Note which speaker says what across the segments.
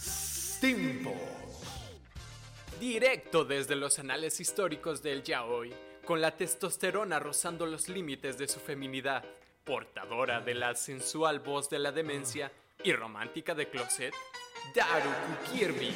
Speaker 1: Stimpos.
Speaker 2: Directo desde los anales históricos del yaoi, con la testosterona rozando los límites de su feminidad, portadora de la sensual voz de la demencia y romántica de closet, Daruku Kirby.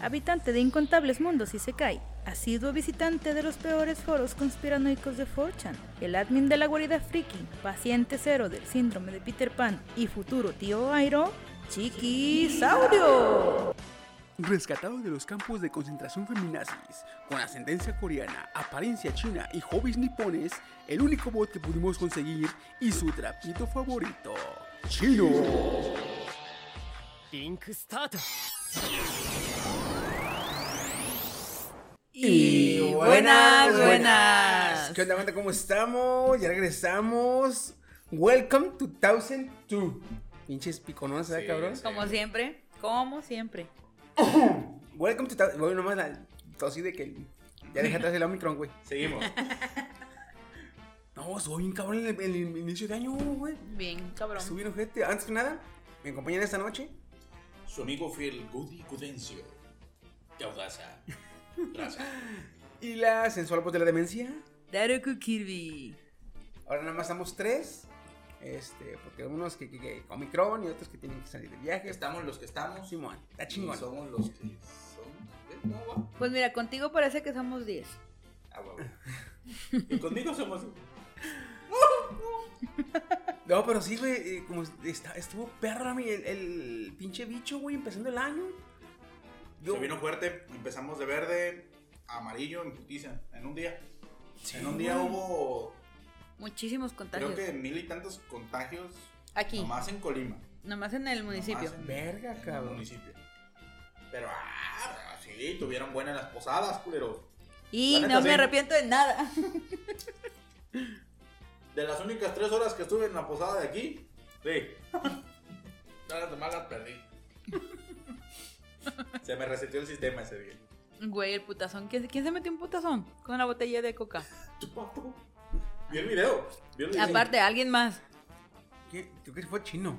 Speaker 3: Habitante de incontables mundos y se cae, asiduo visitante de los peores foros conspiranoicos de 4chan, el admin de la guarida friki, paciente cero del síndrome de Peter Pan y futuro tío Airo, Chiquisaurio.
Speaker 4: Rescatado de los campos de concentración feminazis, con ascendencia coreana, apariencia china y hobbies nipones, el único bot que pudimos conseguir y su trapito favorito, Chino.
Speaker 5: リンクスタート
Speaker 6: Y buenas, buenas.
Speaker 4: ¿Qué onda, banda? ¿Cómo estamos? Ya regresamos. Welcome to 2002. Pinches piconones, ¿verdad, cabrón?
Speaker 6: Como siempre, como siempre.
Speaker 4: Welcome to 2000. Bueno, nomás la tosí de que ya deja atrás el Omicron, güey.
Speaker 1: Seguimos.
Speaker 4: No, soy bien cabrón en el, en el inicio de año, güey.
Speaker 6: Bien, cabrón.
Speaker 4: Subí bien ojete. Antes que nada, me acompañan esta noche.
Speaker 1: Su amigo fiel Goody Cudencio. De audacia.
Speaker 4: Y la sensual voz de la demencia.
Speaker 6: Daruku Kirby.
Speaker 4: Ahora nada más estamos tres. Este, porque hay unos que, que, que Omicron y otros que tienen que salir de viaje.
Speaker 7: Estamos los que estamos.
Speaker 4: Simón, está
Speaker 7: y
Speaker 4: chingón.
Speaker 7: somos los que somos. ¿No, va?
Speaker 6: Pues mira, contigo parece que somos 10.
Speaker 7: Ah, huevo.
Speaker 1: Y conmigo somos.
Speaker 4: No, pero sí, güey, eh, como está, estuvo perro a mí el, el pinche bicho, güey, empezando el año. Yo-
Speaker 7: Se vino fuerte. Empezamos de verde, amarillo, en putiza. En un día.
Speaker 4: Sí,
Speaker 7: en un día
Speaker 4: güey.
Speaker 7: hubo,
Speaker 6: Muchísimos contagios.
Speaker 7: creo que mil y tantos contagios.
Speaker 6: Aquí, nomás,
Speaker 7: Nomás en Colima.
Speaker 6: en el municipio.
Speaker 7: Nomás en-
Speaker 4: Verga,
Speaker 7: en el
Speaker 4: cabrón.
Speaker 7: municipio. Pero, ah, sí, tuvieron buenas las posadas, culeros. La
Speaker 6: Y
Speaker 7: neta,
Speaker 6: no me
Speaker 7: sí.
Speaker 6: arrepiento de nada.
Speaker 7: De las únicas tres horas que estuve en la posada de aquí, sí. Todas las demás las perdí. Se me resetió el sistema ese día.
Speaker 6: Güey, el putazón. ¿Quién, quién se metió un putazón con una botella de coca?
Speaker 7: Vi el video. Vi el video.
Speaker 6: Aparte, alguien más.
Speaker 4: ¿Qué? Yo creo que fue chino.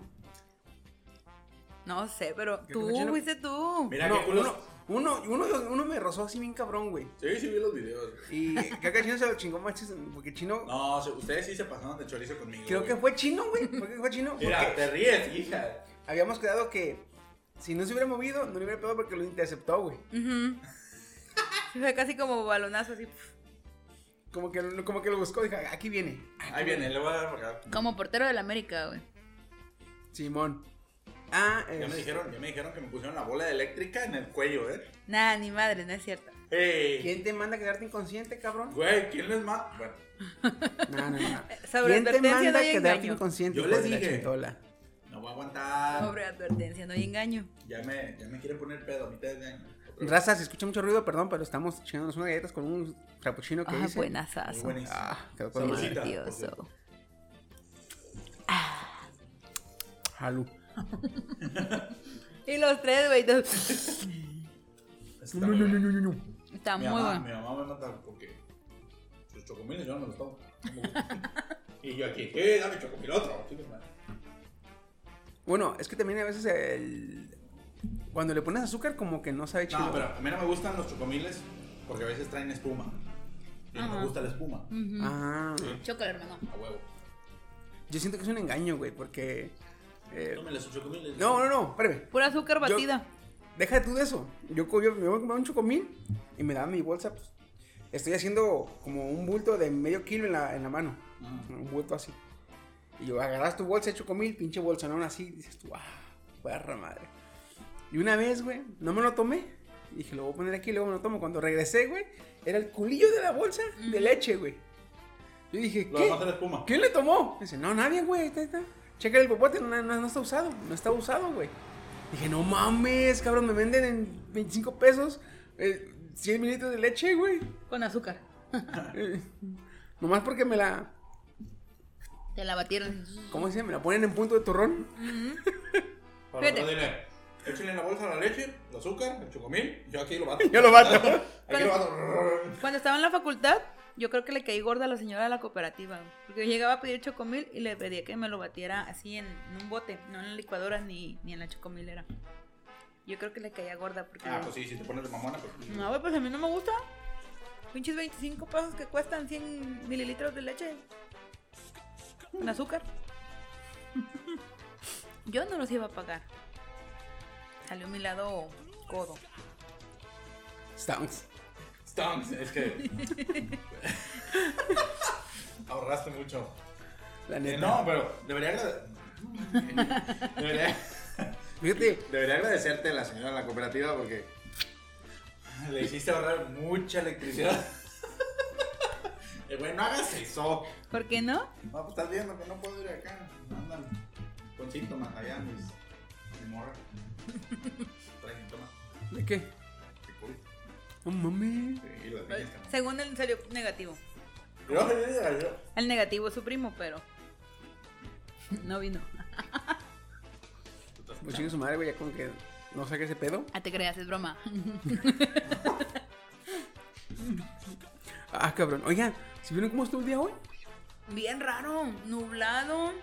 Speaker 6: No sé, pero
Speaker 4: que
Speaker 6: tú
Speaker 4: fue chino.
Speaker 6: fuiste tú.
Speaker 7: Mira
Speaker 4: No,
Speaker 7: que
Speaker 4: uno, uno, uno, uno me rozó así bien cabrón, güey.
Speaker 7: Sí, sí vi los videos. güey.
Speaker 4: Y creo que Chino se lo chingó más chis- porque Chino.
Speaker 7: No, se- ustedes sí se pasaron de chorizo conmigo.
Speaker 4: creo
Speaker 7: güey.
Speaker 4: que fue Chino, güey. Creo que fue Chino.
Speaker 7: Mira,
Speaker 4: Porque
Speaker 7: te ríes, hija.
Speaker 4: habíamos quedado que si no se hubiera movido, no le hubiera pegado porque lo interceptó, güey.
Speaker 6: Ujú. Sí, Fue casi como balonazo así.
Speaker 4: Como que, lo- como que lo buscó, dije, aquí viene.
Speaker 7: Ahí viene, le voy a dar por acá.
Speaker 6: Como portero del América, güey.
Speaker 4: Simón. Ah,
Speaker 7: Ya me
Speaker 4: es-
Speaker 7: dijeron, ya me dijeron que me pusieron la bola eléctrica en el cuello, ¿eh?
Speaker 6: Nada, ni madre, no es cierto.
Speaker 7: Ey,
Speaker 4: ¿Quién te manda a quedarte inconsciente, cabrón?
Speaker 7: Güey, ¿quién les mata? Bueno,
Speaker 4: No, no, no.
Speaker 6: Sobre
Speaker 4: ¿Quién te
Speaker 6: advertencia
Speaker 4: manda
Speaker 6: no
Speaker 4: a
Speaker 6: hay
Speaker 4: quedarte
Speaker 6: engaño.
Speaker 4: inconsciente?
Speaker 7: Yo les
Speaker 4: hijo de la
Speaker 7: dije.
Speaker 4: chintola?
Speaker 7: no voy a aguantar.
Speaker 6: Pobre advertencia, no hay engaño.
Speaker 7: Ya me, ya me quieren poner pedo a mitad de año. Otra vez.
Speaker 4: Raza, si escucha mucho ruido, perdón, pero estamos chingándonos unas galletas con un frappuccino que
Speaker 6: Ah,
Speaker 4: hice.
Speaker 7: Muy
Speaker 6: buenazazo.
Speaker 7: buenísimo.
Speaker 4: Ah, quedó con
Speaker 7: Sabrosita,
Speaker 4: madre.
Speaker 7: por cierto.
Speaker 6: Delicioso.
Speaker 4: Jalú.
Speaker 6: Y los tres, güey. dos.
Speaker 7: Está muy bueno.
Speaker 6: Está
Speaker 7: mi,
Speaker 6: muy
Speaker 7: mamá,
Speaker 6: bueno.
Speaker 7: mi mamá me mata porque sus chocomiles yo no me los tomo. No me gustan. y yo aquí, ¿qué? Dame chocomil otro. pues, Chingue su madre.
Speaker 4: Bueno, es que también a veces el... Cuando le pones azúcar, como que no sabe chido.
Speaker 7: No, pero a mí no me gustan los chocomiles porque a veces traen espuma. Y no me gusta la espuma.
Speaker 4: Ah,
Speaker 6: Chocolate, hermano.
Speaker 7: A huevo.
Speaker 4: yo siento que es un engaño, güey, porque... eh,
Speaker 7: Tómale sus chocomiles.
Speaker 4: no, no, no, espérame.
Speaker 6: Pura azúcar
Speaker 4: Yo-
Speaker 6: batida.
Speaker 4: Deja tú de eso. Yo, co- yo me voy a comprar un chocomil y me da mi bolsa, pues. Estoy haciendo como un bulto de medio kilo en la, en la mano. Un bulto así. Y yo agarras tu bolsa de chocomil, pinche bolsonón así. y dices tú, ah, perra madre. Y una vez, güey, no me lo tomé. Dije, lo voy a poner aquí y luego me lo tomo. Cuando regresé, güey, era el culillo de la bolsa de leche, güey. Yo dije,
Speaker 7: Lo demás
Speaker 4: ¿qué?
Speaker 7: la espuma.
Speaker 4: ¿Quién le tomó? Me dice, no, nadie, güey. Está, está. Checa el popote, no, no, no está usado. No está usado, güey. Dije, no mames, cabrón, me venden en 25 pesos eh, 100 mililitros de leche, güey.
Speaker 8: Con azúcar.
Speaker 4: Eh, nomás porque me la.
Speaker 8: Te la batieron.
Speaker 4: ¿Cómo se dice? Me la ponen en punto de turrón.
Speaker 7: Para
Speaker 8: Fíjate.
Speaker 7: no dile, échenle en la bolsa la leche, el azúcar, el chocomil, yo aquí lo bato.
Speaker 4: Yo lo bato.
Speaker 7: aquí lo bato.
Speaker 6: Cuando estaba en la facultad, yo creo que le caí gorda a la señora de la cooperativa. güey. Porque yo llegaba a pedir chocomil y le pedía que me lo batiera así en, en un bote, no en la licuadora ni, ni en la chocomilera. Yo creo que le caía gorda porque.
Speaker 7: Ah, pues sí, si te pones de mamona, pues.
Speaker 6: No, güey, pues a mí no me gusta. Pinches 25 pesos que cuestan 100 mililitros de leche. Con azúcar. Yo no los iba a pagar. Salió mi lado codo.
Speaker 4: Stunts.
Speaker 7: Stunts, es que. Ahorraste mucho.
Speaker 4: La
Speaker 7: Eh,
Speaker 4: neta.
Speaker 7: no, pero debería, agrade- debería,
Speaker 4: Fíjate,
Speaker 7: debería agradecerte a la señora de la cooperativa porque le hiciste ahorrar mucha electricidad. Eh, güey, no hagas eso.
Speaker 6: ¿Por qué no?
Speaker 7: No, pues estás viendo que no puedo ir acá. Andan con síntomas allá, mis. Mi morra. Trae síntomas.
Speaker 4: ¿de qué?
Speaker 7: Qué cool.
Speaker 4: No mames.
Speaker 7: Sí, y las niñas también.
Speaker 6: Según él salió negativo.
Speaker 7: Yo- yo- yo-
Speaker 6: El negativo es su primo, pero. No vino.
Speaker 4: Pues chingue su madre, güey, ya como que no saque ese pedo.
Speaker 6: Ah, te creas, es broma.
Speaker 4: Ah, cabrón. Oigan, ¿si vieron cómo estuvo el día hoy?
Speaker 6: Bien raro, nublado.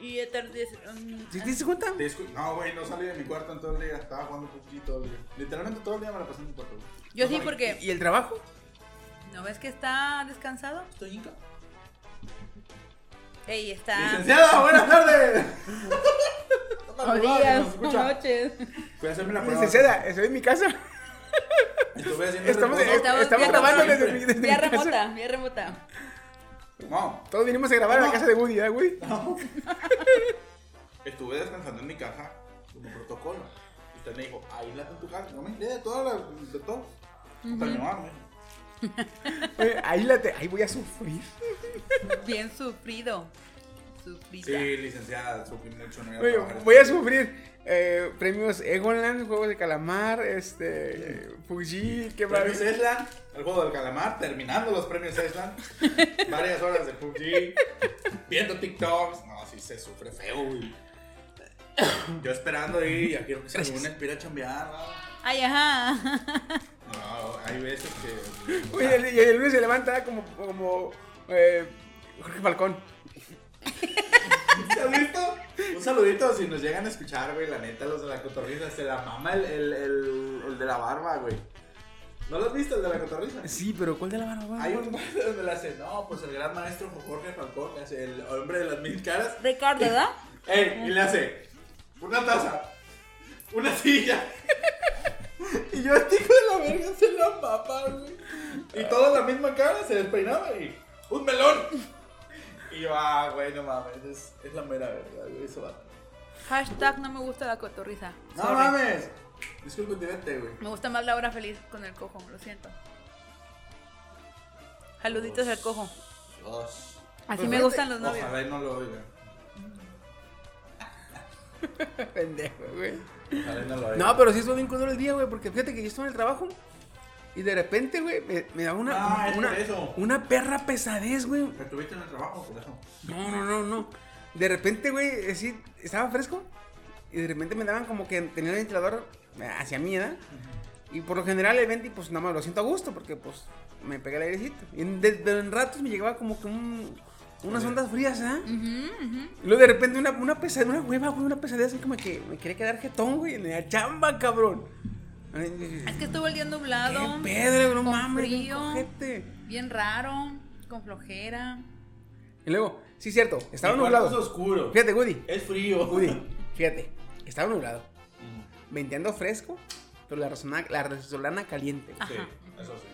Speaker 6: Y atardece- mm,
Speaker 4: ¿Sí te diste cuenta?
Speaker 7: Te discu- No, güey, no salí de mi cuarto en todo el día. Estaba jugando PUBG todo el día. Literalmente todo el día me la pasé en mi cuarto. güey.
Speaker 6: Yo
Speaker 7: No
Speaker 6: sí,
Speaker 7: salí.
Speaker 6: porque.
Speaker 4: ¿Y el trabajo?
Speaker 6: ah, ¿No ves que está descansado?
Speaker 7: Estoy inca.
Speaker 6: Ey, está.
Speaker 7: Licenciada, buenas tardes.
Speaker 6: Buenos días, buenas noches.
Speaker 7: Fui a hacerme la
Speaker 4: Pues
Speaker 7: prueba.
Speaker 4: Licenciada, estoy en mi casa.
Speaker 7: Estuve haciendo
Speaker 4: Estamos,
Speaker 7: el
Speaker 6: Estamos
Speaker 4: estamos
Speaker 6: viendo
Speaker 4: grabando
Speaker 6: siempre.
Speaker 4: desde, mi- desde mi
Speaker 6: Vía
Speaker 4: casa.
Speaker 6: remota, vía remota.
Speaker 7: No,
Speaker 4: Todos vinimos a grabar a la
Speaker 7: No.
Speaker 4: casa de Woody, ¿eh, güey?
Speaker 7: estuve descansando en mi casa como protocolo. Y usted me dijo, aíslate en tu casa. No me aislé de todas las. de todo. Hasta mi mamá, güey.
Speaker 4: Oye, ahí la te- Ahí voy a sufrir.
Speaker 6: Bien sufrido. Sufrida.
Speaker 7: Sí, licenciada, sufrí mucho. No iba a
Speaker 4: Oye,
Speaker 7: trabajar.
Speaker 4: voy a sufrir. Eh, premios Egoland, Juegos de Calamar, este. Fuji, qué
Speaker 7: Premios
Speaker 4: maravilla.
Speaker 7: Eslan, el juego del calamar, terminando los premios Eslan, varias horas de PUBG, viendo TikToks. No, sí se sufre feo, güey. Yo esperando ahí, ya quiero que se me expira a chambear. ¿no?
Speaker 6: Ay, ajá.
Speaker 7: No, hay veces que.
Speaker 4: Oye, el- y el lunes se levanta como. como eh, Jorge Falcón.
Speaker 7: Un saludito, un saludito si nos llegan a escuchar, güey. La neta, los de la cotorriza, se la mama el, el, el, el de la barba, güey. ¿No lo has visto, el de la cotorriza?
Speaker 4: Sí, pero ¿cuál de la mano?
Speaker 7: Hay un parte donde le hace, no, pues el gran maestro Jorge Falcón, le hace el hombre de las mil caras.
Speaker 6: Ricardo, ¿verdad?
Speaker 7: Ey, y le hace una taza, una silla. y yo el tico de la verga se la papa, güey. Y toda la misma cara se despeinaba y un melón. Y yo, ah, güey, no mames, es, es la mera verga, güey, eso va.
Speaker 6: Hashtag no me gusta la cotorriza.
Speaker 7: No
Speaker 6: Sorry.
Speaker 7: mames. Disculpen, vete, güey.
Speaker 6: Me gusta más la hora feliz con el cojo, lo siento. Saluditos al cojo.
Speaker 7: Dios.
Speaker 6: Así me gustan los novios.
Speaker 7: Ojalá y no lo oiga.
Speaker 4: Pendejo, güey.
Speaker 7: Ojalá y no lo oiga.
Speaker 4: No, pero sí estuvo bien cuando el día, güey, porque fíjate que yo estaba en el trabajo y de repente, güey, me, me daba una,
Speaker 7: Ah, es
Speaker 4: una,
Speaker 7: por eso.
Speaker 4: una perra pesadez, güey.
Speaker 7: Estuviste en el trabajo, por eso.
Speaker 4: No, no, no, no. De repente, güey, sí, estaba fresco y de repente me daban como que tenía el ventilador eh, hacia mí, ¿verdad? Y por lo general el venti, pues nada más lo siento a gusto porque, pues, me pega el airecito. Y en, de- de- en ratos me llegaba como que un- unas ondas frías, ¿verdad? Y luego de repente una, una pesadez, una hueva, güey, una pesadez así como que me quería quedar jetón, güey, en la chamba, cabrón. Ay,
Speaker 6: Es que estuvo el día
Speaker 4: Qué
Speaker 6: nublado.
Speaker 4: pedre, no
Speaker 6: con
Speaker 4: mames, bien
Speaker 6: frío.
Speaker 4: cojete.
Speaker 6: Bien raro, con flojera.
Speaker 4: Y luego, sí, cierto, estaba
Speaker 7: Mi cuarto Es
Speaker 4: nublado.
Speaker 7: oscuro.
Speaker 4: Fíjate, Woody.
Speaker 7: Es frío.
Speaker 4: Woody, fíjate, estaba nublado. Venteando fresco, pero la resolana, la resolana caliente.
Speaker 7: Sí, eso sí.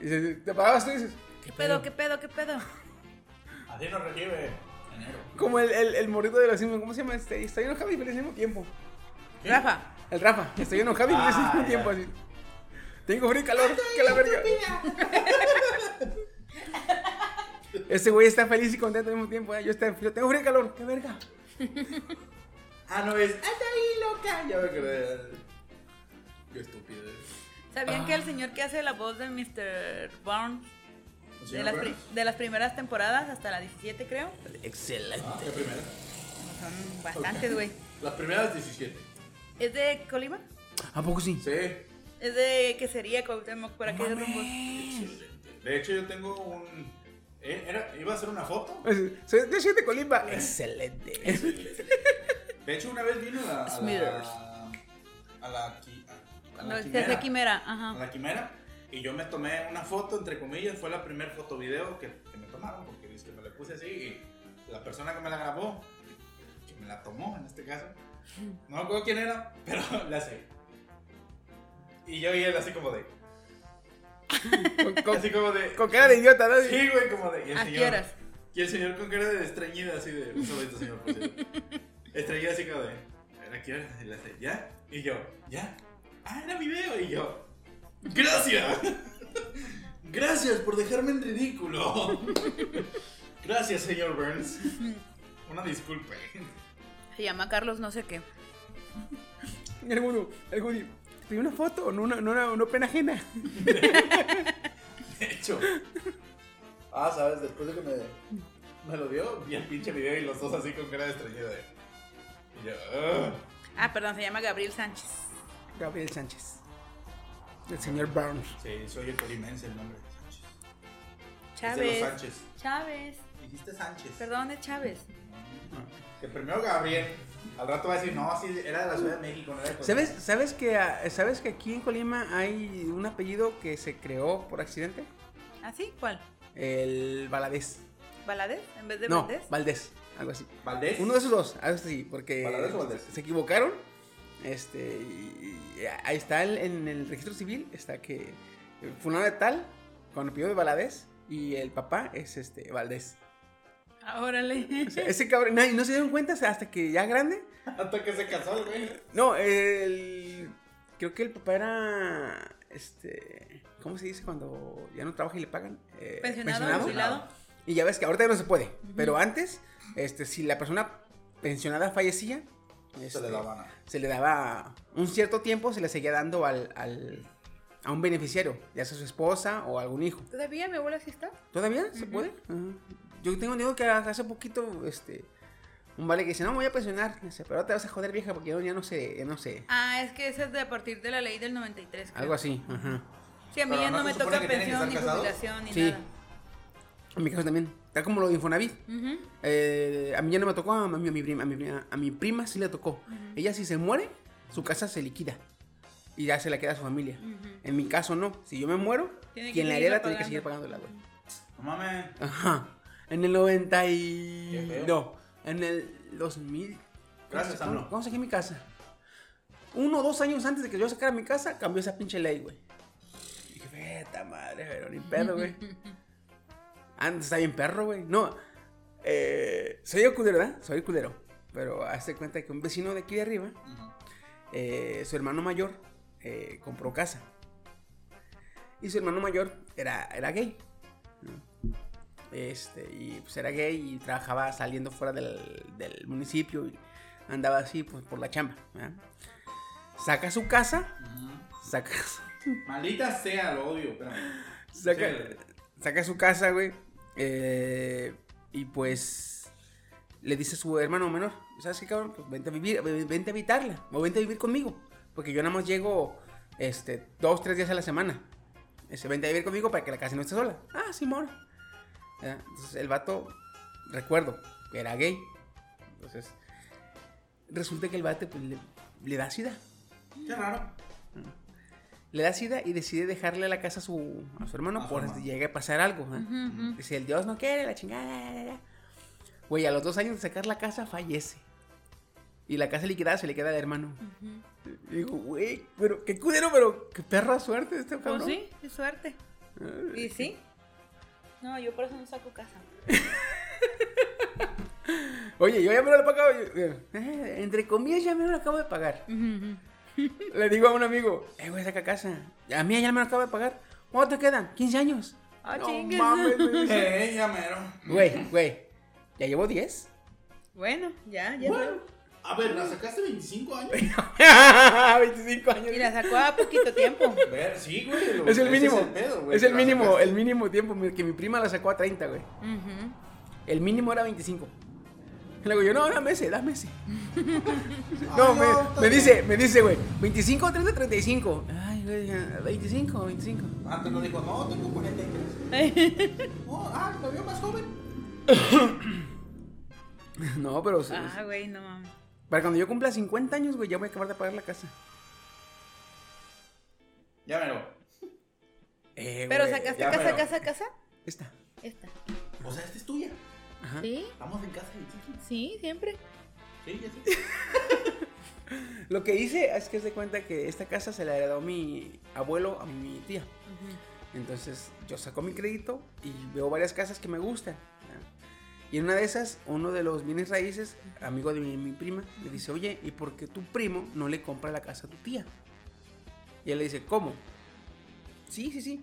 Speaker 4: Y dices, te parabas tú y dices,
Speaker 6: Ah. ¿Qué pedo, qué pedo, qué pedo?
Speaker 7: Así nos recibe enero.
Speaker 4: como el, el, el morrito de los Simpsons, ¿cómo se llama? Este, estoy enojado y feliz al mismo tiempo.
Speaker 6: Rafa,
Speaker 4: El Rafa, estoy enojado y feliz al
Speaker 7: Ah,
Speaker 4: mismo
Speaker 7: ya.
Speaker 4: tiempo. Así. Tengo frío y calor, que la verga. Este güey está feliz y contento al mismo tiempo. ¿eh? Yo, estoy- yo tengo frío y calor, que verga.
Speaker 7: Ah, no es. ¡Hasta ahí, loco! acá. Ya me acordé. Qué estúpido.
Speaker 6: ¿Sabían que el señor que hace la voz de Mr. Burns
Speaker 7: ¿El
Speaker 6: de
Speaker 7: señor
Speaker 6: las,
Speaker 7: Burns?
Speaker 6: pri- de las primeras temporadas hasta la 17 creo?
Speaker 7: Excelente. ¿Qué Ah, primera?
Speaker 6: Son bastantes, güey.
Speaker 7: Las primeras 17.
Speaker 6: ¿Es de Colima?
Speaker 4: ¿A poco sí?
Speaker 7: Sí.
Speaker 6: ¿Es de qué sería Cuauhtémoc? ¿Para qué rumbo?
Speaker 7: De hecho, yo tengo un. eh, Era, iba a hacer una foto.
Speaker 4: Es- Soy de siete Colimba. Excelente.
Speaker 7: De hecho, una vez vino a la. A
Speaker 6: Smithers.
Speaker 7: la. A la, qui- a- a la
Speaker 6: No, es
Speaker 7: quimera. Ah.
Speaker 6: de Quimera,
Speaker 4: Ah.
Speaker 7: A
Speaker 6: ajá.
Speaker 7: la quimera. Y yo me tomé una foto, entre comillas. Fue la primer foto video que, que me tomaron. Porque es que me la puse así. Y la persona que me la grabó, que me la tomó en este caso. No me acuerdo quién era, pero la sé. Y yo y él así como de.
Speaker 4: Con, con-
Speaker 7: Así como de.
Speaker 4: con cara de idiota, ¿no?
Speaker 7: Sí, güey, como de. y el
Speaker 6: ¿A
Speaker 7: señor-
Speaker 6: qué horas?
Speaker 7: y el señor con cara de estreñida, así de. Un momento, señor. por cierto. estreñida, así como de. ¿A qué hora? Y le hace, ¿ya? Y yo, ¿ya? Ah, era video. Y yo, ¡gracias! Gracias por dejarme en ridículo. Gracias, señor Burns. Una disculpa. eh,
Speaker 6: Se llama Carlos no sé qué.
Speaker 4: El gurú, el gurú. ¿Te pidió una foto? No, una, no, una, no pena ajena.
Speaker 7: De hecho, ah, sabes, después de que me, me lo dio, vi el pinche video y los dos así con cara de estreñida. de- Y yo, "Ah".
Speaker 6: Ah, perdón, se llama Gabriel Sánchez.
Speaker 4: Gabriel Sánchez. El señor Burns.
Speaker 7: Sí, soy el colimense el nombre de Sánchez. Es de los
Speaker 6: Chávez.
Speaker 7: Sánchez.
Speaker 6: Chávez.
Speaker 7: Dijiste Sánchez.
Speaker 6: Perdón, es Chávez.
Speaker 7: Que primero Gabriel. Al rato va a decir, no, sí, era de la Ciudad de México, no era de Colima".
Speaker 4: ¿Sabes, sabes, que, ah, ¿Sabes que aquí en Colima hay un apellido que se creó por accidente?
Speaker 6: ¿Ah, sí? ¿Cuál?
Speaker 4: El Baladés.
Speaker 6: ¿Valadez? ¿En vez de
Speaker 4: no,
Speaker 6: Valdés?
Speaker 4: Valdés, algo así.
Speaker 7: ¿Valdés?
Speaker 4: Uno de esos dos, algo así, porque
Speaker 7: ¿Valadez o Valdés?
Speaker 4: se equivocaron. Este, y, y ahí está el- en el registro civil, está que eh, fulano de tal, con el apellido de Baladés, y el papá es este Valdés.
Speaker 6: Ah, órale.
Speaker 4: O sea, ese cabrón, no, y no se dieron cuenta hasta que ya grande.
Speaker 7: Hasta que se casó el güey.
Speaker 4: No, el. Creo que el papá era. Este. ¿Cómo se dice cuando ya no trabaja y le pagan? Eh,
Speaker 6: Pensionado, jubilado.
Speaker 4: Y ya ves que ahorita ya no se puede. Pero antes, este, si la persona pensionada fallecía,
Speaker 7: Se
Speaker 4: este,
Speaker 7: le daba.
Speaker 4: se le daba un cierto tiempo, se le seguía dando al, al- a un beneficiario, ya sea su esposa o algún hijo.
Speaker 6: ¿Todavía mi abuela sí está?
Speaker 4: ¿Todavía se puede? Ajá. Yo tengo entendido que hace poquito, este, un vale que dice, no, me voy a pensionar, dice, pero ahora te vas a joder vieja porque yo ya no sé, ya no sé.
Speaker 6: Ah, es que ese es de a partir de la ley del 93. creo.
Speaker 4: Algo así, ajá.
Speaker 6: Sí, a mí
Speaker 7: Pero
Speaker 6: ya
Speaker 7: ¿no
Speaker 6: no,
Speaker 7: se
Speaker 6: me
Speaker 7: supone
Speaker 6: toca
Speaker 7: que tienen que
Speaker 6: pensión, ni
Speaker 7: estar casados?
Speaker 6: jubilación, ni
Speaker 4: Sí.
Speaker 6: nada.
Speaker 4: En mi caso también. Está como lo de Infonavit.
Speaker 6: Ujú.
Speaker 4: Eh, a mí ya no me tocó, a mí- a mi, prima, a mi, prima, a mi prima sí le tocó. Ella si se muere, su casa se liquida. Y ya se la queda a su familia. En mi caso no. Si yo me muero,
Speaker 6: Tiene que
Speaker 4: quien la
Speaker 6: seguirla
Speaker 4: hereda tiene que
Speaker 6: pagando.
Speaker 4: seguir pagándola, güey.
Speaker 7: No mames.
Speaker 4: Ajá. En el 90
Speaker 7: Qué
Speaker 4: y...
Speaker 7: feo.
Speaker 4: No, en el 2000...
Speaker 7: Gracias,
Speaker 4: ¿Cómo-
Speaker 7: AMLO.
Speaker 4: ¿Cómo saqué mi casa? Uno o dos años antes de que yo sacara mi casa, cambió esa pinche ley, güey. Y Dije, vete madre, pero ni pedo, güey. Antes está bien perro, güey. No, eh, soy yo culero, ¿verdad? Soy culero. Pero hazte cuenta que un vecino de aquí de arriba, eh, su hermano mayor, eh, compró casa. Y su hermano mayor era, era gay. ¿no? Este, y pues era gay y trabajaba saliendo fuera del, del municipio y andaba así pues, por la chamba. ¿verdad? Saca su casa, saca,
Speaker 7: Maldita sea, lo odio. espérame.
Speaker 4: saca,
Speaker 7: Sí.
Speaker 4: saca su casa, güey. eh, y pues le dice a su hermano menor, ¿sabes qué, cabrón? Pues vente a vivir, vente a habitarla, o vente a vivir conmigo. Porque yo nada más llego este, dos, tres días a la semana. Este, vente a vivir conmigo para que la casa no esté sola. Ah, Simón. Ya, Entonces el vato, recuerdo, era gay. Entonces, resulta que el vato pues, le, le da sida.
Speaker 7: Qué raro.
Speaker 4: Le da sida y decide dejarle la casa a su, a su hermano
Speaker 7: A su
Speaker 4: por
Speaker 7: hermano.
Speaker 4: si llega a pasar algo. ¿eh?
Speaker 6: Ujú, ujú.
Speaker 4: Dice, el Dios no quiere, la chingada. la, la, la". Güey, a los dos años de sacar la casa fallece. Y la casa liquidada se le queda al hermano. Y digo, güey, pero qué cudero, pero qué perra suerte este cabrón.
Speaker 6: Pues sí, qué suerte. ¿Y sí? No, yo por eso no saco casa.
Speaker 4: Oye, yo ya me lo he pagado. yo- yo, "Eh, entre comillas, ya me lo acabo de pagar. Le digo a un amigo, eh, güey, saca casa. A mí ya me lo acabo de pagar. ¿Cuánto te quedan? 15 años.
Speaker 6: Ah,
Speaker 4: no
Speaker 6: chingues.
Speaker 4: mames, me dice.
Speaker 7: Eh, ya mero.
Speaker 4: Güey, güey, ya llevo 10.
Speaker 6: Bueno, ya, ya.
Speaker 7: A ver, ¿la sacaste 25 años?
Speaker 4: 25 años.
Speaker 6: Y la sacó a poquito tiempo.
Speaker 7: Ver, sí, güey. lo-
Speaker 4: Es el
Speaker 7: ese
Speaker 4: mínimo. Es el,
Speaker 7: pedo, güey, que la
Speaker 4: mínimo,
Speaker 7: sacaste.
Speaker 4: el mínimo tiempo mi- que mi prima la sacó a 30, güey.
Speaker 6: Ujú.
Speaker 4: El mínimo era 25. Y luego yo, no, dame ese, dame ese.
Speaker 7: Ah,
Speaker 4: No, me,
Speaker 7: está
Speaker 4: me
Speaker 7: bien.
Speaker 4: dice, me dice, güey, 25, 30, 35. Ay, güey, ya, 25, 25.
Speaker 7: Antes no Ah, dijo, no, tengo 43. No, ah, lo veo más joven.
Speaker 4: No, pero s-
Speaker 6: Ah, güey, no mames.
Speaker 4: para cuando yo cumpla 50 años, güey, ya voy a acabar de pagar la casa.
Speaker 7: Ya me lo.
Speaker 4: Eh,
Speaker 6: Pero
Speaker 4: güey,
Speaker 6: sacaste
Speaker 7: ya
Speaker 6: casa,
Speaker 7: mero.
Speaker 6: casa, casa.
Speaker 4: Esta.
Speaker 6: Esta.
Speaker 7: O sea, esta es tuya.
Speaker 6: ¿Sí?
Speaker 7: Estamos en casa de Kiki.
Speaker 6: Sí, siempre.
Speaker 7: Sí, ya sé.
Speaker 4: Lo que hice es que se cuenta que esta casa se la heredó mi abuelo a mi tía. Entonces yo saco mi crédito y veo varias casas que me gustan. ¿no? Y en una de esas, uno de los bienes raíces, amigo de mi, mi prima, le dice, oye, ¿y por qué tu primo no le compra la casa a tu tía? Y él le dice, ¿cómo? Sí, sí, sí.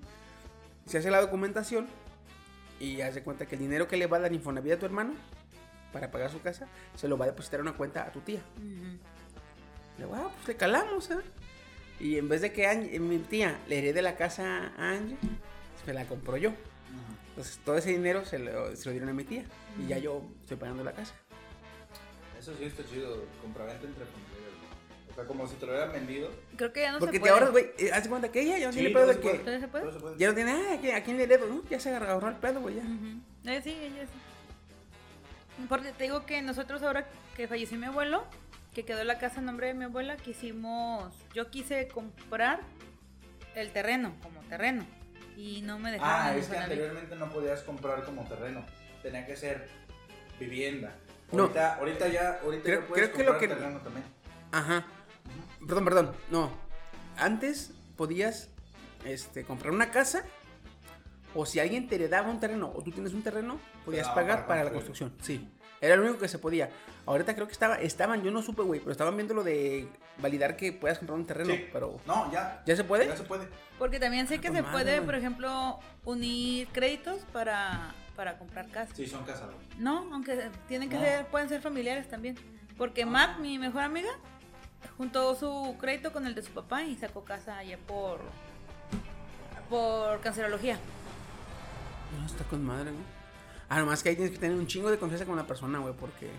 Speaker 4: Se hace la documentación y hace cuenta que el dinero que le va a dar Infonavit a tu hermano para pagar su casa, se lo va a depositar a una cuenta a tu tía.
Speaker 6: Ujú.
Speaker 4: Le digo, ah, pues le calamos, ¿eh? Y en vez de que Angie- eh, mi tía le herede la casa a Angie, se la compró yo. Entonces todo ese dinero se lo, se lo dieron a mi tía. Y ya yo estoy pagando la casa.
Speaker 7: Eso sí está chido, compraventa entre familiares. güey. O sea, como si te lo hubieran vendido.
Speaker 6: Creo que ya no
Speaker 4: Porque
Speaker 6: se
Speaker 4: te
Speaker 6: puede.
Speaker 4: ahorras, güey, eh, haz de cuenta que ella ya no tiene
Speaker 7: Sí,
Speaker 4: pedo
Speaker 7: todo
Speaker 4: de
Speaker 7: se
Speaker 4: que.
Speaker 7: puede.
Speaker 6: ¿Todavía se puede?
Speaker 7: Todo se puede.
Speaker 4: Ya no tiene nada, ¿a quién, a quién le heredo? ¿no? Ya se agarró agarró el pedo, güey, ya.
Speaker 6: Ujú. Eh, sí, ella sí. Porque te digo que nosotros ahora que falleció mi abuelo, que quedó la casa en nombre de mi abuela, quisimos, yo quise comprar el terreno, como terreno, y no me dejaron.
Speaker 7: Ah,
Speaker 6: en
Speaker 7: es que
Speaker 6: Infonavit.
Speaker 7: anteriormente no podías comprar como terreno. Tenía que ser vivienda.
Speaker 4: No.
Speaker 7: Ahorita, ahorita ya, ahorita
Speaker 4: Creo-
Speaker 7: ya puedes
Speaker 4: creo que lo
Speaker 7: comprar
Speaker 4: que-
Speaker 7: terreno también.
Speaker 4: Ajá. Perdón, perdón. No. Antes podías este, comprar una casa. O si alguien te heredaba un terreno o tú tienes un terreno, podías
Speaker 7: daba
Speaker 4: pagar
Speaker 7: para
Speaker 4: para la
Speaker 7: construir.
Speaker 4: construcción. Sí. Era lo único que se podía. Ahorita creo que estaba, estaban, yo no supe, güey, pero estaban viendo lo de validar que puedas comprar un terreno.
Speaker 7: Sí.
Speaker 4: Pero.
Speaker 7: No, ya.
Speaker 4: ¿Ya se puede?
Speaker 7: Ya se puede.
Speaker 6: Porque también sé que
Speaker 4: Ah, con
Speaker 6: se
Speaker 4: madre,
Speaker 6: puede,
Speaker 4: güey.
Speaker 6: por ejemplo, unir créditos para, para comprar casa.
Speaker 7: Sí, son casados.
Speaker 6: No, aunque tienen que
Speaker 7: No. Ah.
Speaker 6: ser, pueden ser familiares también. Porque Matt, mi mejor amiga, juntó su crédito con el de su papá y sacó casa allá por por cancerología.
Speaker 4: No, está con madre, güey. Ah, nomás que ahí tienes que tener un chingo de confianza con la persona, güey, porque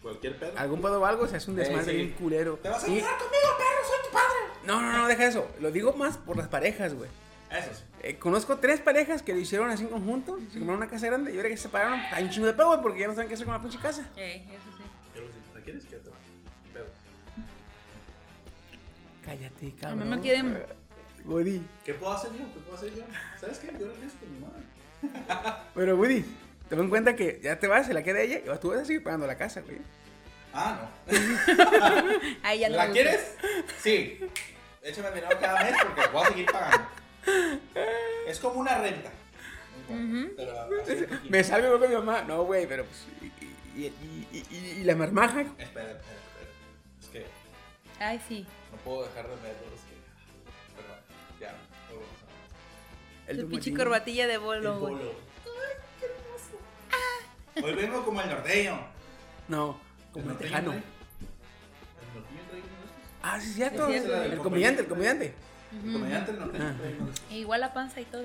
Speaker 7: Cualquier pedo.
Speaker 4: algún pedo o algo se hace Ah, un
Speaker 7: Eh,
Speaker 4: desmadre
Speaker 7: sí.
Speaker 4: bien culero.
Speaker 7: ¿Te vas a
Speaker 4: Y-
Speaker 7: casar conmigo, perro? Soy tu padre.
Speaker 4: No, no, no, deja eso. Lo digo más por las parejas, güey.
Speaker 7: Eso sí.
Speaker 4: Eh, conozco tres parejas que lo hicieron así en conjunto. Se compraron una casa grande y ahora que se separaron, está un chingo de pedo, güey, porque ya no saben qué hacer con la pinche casa.
Speaker 6: Eh, eso sí.
Speaker 7: Yo lo sé. ¿La quieres que te Pedo.
Speaker 4: Cállate,
Speaker 6: A
Speaker 4: cabrón.
Speaker 6: mí me quieren.
Speaker 4: Woody.
Speaker 7: ¿Qué puedo hacer yo? ¿Qué puedo hacer yo? ¿Sabes qué? Yo no pienso con mi madre.
Speaker 4: Pero, Woody, te en cuenta que ya te vas, se la queda ella y tú vas a seguir pagando la casa, güey.
Speaker 7: Ah, no.
Speaker 6: Ahí ya no
Speaker 7: ¿La
Speaker 6: me gusta.
Speaker 7: quieres? Sí. Échame el dinero cada mes porque voy a seguir pagando. Es como una renta. Pero así poquito.
Speaker 4: Me salgo con mi mamá. No, güey, pero pues. Y, y- y- y- y la marmaja.
Speaker 7: Espera, espera, espera. Es que
Speaker 6: Ay, sí.
Speaker 7: no puedo dejar de verlo. Es que... Perdón. Ya. no lo vamos a-
Speaker 6: Su pinche
Speaker 4: tomatín.
Speaker 6: corbatilla de bolo,
Speaker 7: El
Speaker 6: güey.
Speaker 7: bolo.
Speaker 6: Ah.
Speaker 7: Ay, qué hermoso. Hoy vengo como el norteño.
Speaker 4: No, ¿eh? como el
Speaker 7: norteño
Speaker 4: tejano.
Speaker 7: trae- El norteño trae uno de estos.
Speaker 4: Ah, sí, es cierto.
Speaker 6: Es cierto.
Speaker 4: El comediante, el comediante.
Speaker 7: El comediante el norteño trae uno de estos.
Speaker 6: E igual la panza y todo.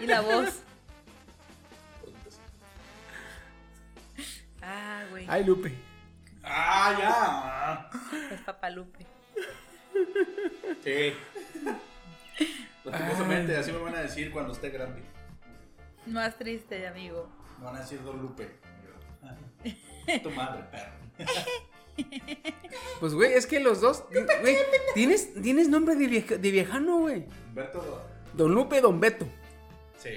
Speaker 6: y la voz. Ah, güey.
Speaker 4: Ay, Lupe.
Speaker 7: Ah,
Speaker 6: Es papalupe.
Speaker 7: ya. Sí.
Speaker 6: Ah.
Speaker 7: Lastimosamente, así me van a decir cuando esté grande.
Speaker 6: Más triste, amigo.
Speaker 7: Me van a decir Don Lupe. Y yo, Tu madre, perro.
Speaker 4: Pues, güey, es que los dos. Güey, tienes, tienes nombre de, vieja- de viejano, güey.
Speaker 7: Humberto.
Speaker 4: Don Lupe, Don Beto.
Speaker 7: Sí.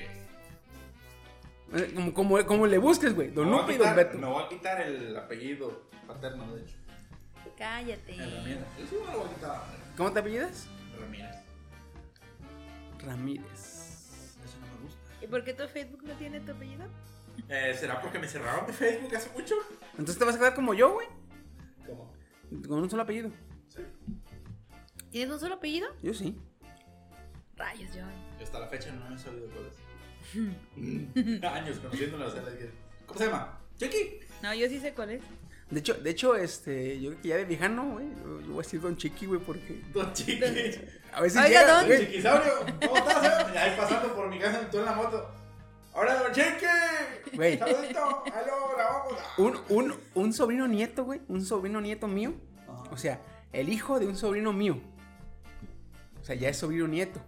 Speaker 4: Eh, Como, como, como le busques, güey. Don
Speaker 7: Me voy a
Speaker 4: Lupe y Don
Speaker 7: quitar-
Speaker 4: Beto.
Speaker 7: Me voy a quitar el apellido paterno, de hecho.
Speaker 6: Cállate.
Speaker 7: El Ramírez. Yo sí me lo voy a quitar.
Speaker 4: ¿Cómo te apellidas?
Speaker 7: Ramírez.
Speaker 4: Ramírez.
Speaker 7: Eso no me gusta.
Speaker 6: ¿Y por qué tu Facebook no tiene tu apellido?
Speaker 7: Eh, ¿Será porque me cerraron de Facebook hace mucho?
Speaker 4: Entonces te vas a quedar como yo, güey.
Speaker 7: ¿Cómo?
Speaker 4: Con un solo apellido.
Speaker 6: ¿Tienes un solo apellido?
Speaker 4: Yo sí.
Speaker 6: Rayos, John.
Speaker 7: Yo hasta la fecha no he sabido cuál es. Años conociéndola, o sea, le dije, ¿Cómo se llama? Jackie.
Speaker 6: No, yo sí sé cuál es.
Speaker 4: De hecho, de hecho, este, yo creo que ya de viejano, güey, yo, yo voy a decir Don Chiqui, güey, porque
Speaker 9: Don Chiqui.
Speaker 4: a veces
Speaker 6: Oiga,
Speaker 4: llega,
Speaker 6: don
Speaker 4: güey.
Speaker 9: Chiquisaurio, ¿cómo estás? eh? Y ahí pasando por mi casa, tú en la moto. ¡Ahora, don Chiqui!
Speaker 4: Güey.
Speaker 9: ¡Saludito! ¡Aló, grabamos!
Speaker 4: Un, un, un sobrino nieto, güey, un sobrino nieto mío,
Speaker 9: Ajá.
Speaker 4: o sea, el hijo de un sobrino mío, o sea, ya es sobrino nieto,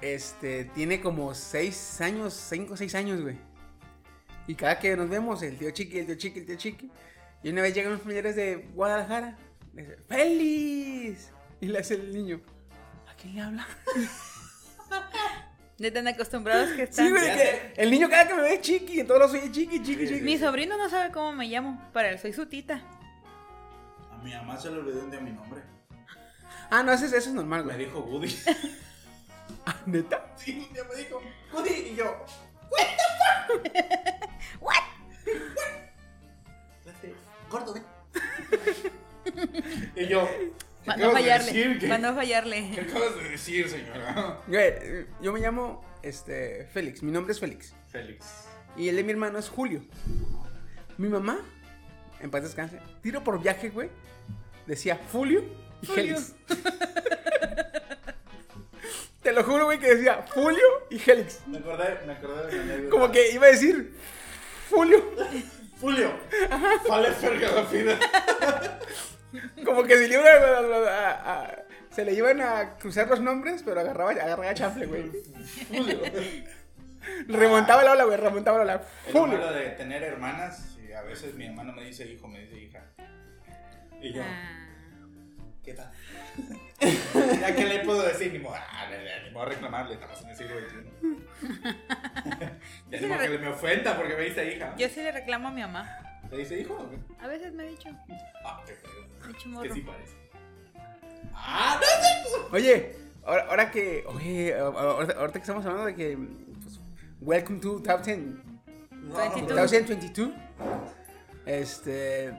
Speaker 4: este, tiene como seis años, cinco o seis años, güey, y cada que nos vemos, el tío Chiqui, el tío Chiqui, el tío Chiqui, y una vez llegan unos familiares de Guadalajara, le dice, ¡Feliz! Y le hace el niño, ¿a quién le habla?
Speaker 6: De tan acostumbrados que están.
Speaker 4: Sí, güey, que el niño cada que me ve es chiqui, en todos los oye chiqui, chiqui, chiqui.
Speaker 6: Mi sobrino no sabe cómo me llamo. Para él soy su tita.
Speaker 9: A mi mamá se le olvidó un día mi nombre.
Speaker 4: Ah, no, eso, es- eso es normal,
Speaker 9: Me
Speaker 4: güey.
Speaker 9: dijo Woody.
Speaker 4: Ah, ¿Neta?
Speaker 9: Sí, un día me dijo Woody y yo. ¿What the fuck? ¿What? Gordo, ven. y yo. ¿qué
Speaker 6: Para
Speaker 9: acabas
Speaker 6: no
Speaker 9: de
Speaker 6: fallarle.
Speaker 9: decir? ¿Qué,
Speaker 6: Para no
Speaker 9: qué
Speaker 6: fallarle.
Speaker 9: acabas de decir, señora?
Speaker 4: Güey, yo me llamo, este, Félix, mi nombre es Félix.
Speaker 9: Félix.
Speaker 4: Y el de mi hermano es Julio. Mi mamá, en paz descanse, tiro por viaje, güey, decía Fulio y Félix. Te lo juro, güey, que decía Fulio y Félix.
Speaker 9: Me acordé, me acordé de la anécdota.
Speaker 4: Como que iba a decir Fulio,
Speaker 9: Julio. Vale, verga la vida.
Speaker 4: como que se libra a- a- a- se le iban a cruzar los nombres, pero agarraba, agarraba chanfle, güey.
Speaker 9: Julio.
Speaker 4: Remontaba la ola, güey, remontaba la ola.
Speaker 7: Es lo
Speaker 4: Julio.
Speaker 7: malo de tener hermanas. Y a veces mi hermano me dice hijo, me dice hija. Y yo,
Speaker 6: Ah.
Speaker 7: ¿qué tal? ¿Ya qué le puedo decir? Ni modo, ah, le- le- ni modo reclamarle, estamos en el siglo XXI. ya ni modo que le me ofenda porque me dice hija.
Speaker 6: Yo sí le reclamo a mi mamá.
Speaker 7: ¿Le dice hijo? o qué?
Speaker 6: A veces me ha dicho.
Speaker 7: Ah, qué feo.
Speaker 6: Dicho
Speaker 7: Que
Speaker 6: morro.
Speaker 7: sí parece. ¡Ah, no sé!
Speaker 4: Oye, ahora, ahora que. Oye, ahorita, ahorita que estamos hablando de que. pues, welcome to Top 10.
Speaker 6: Twenty two.
Speaker 4: 2022. Este.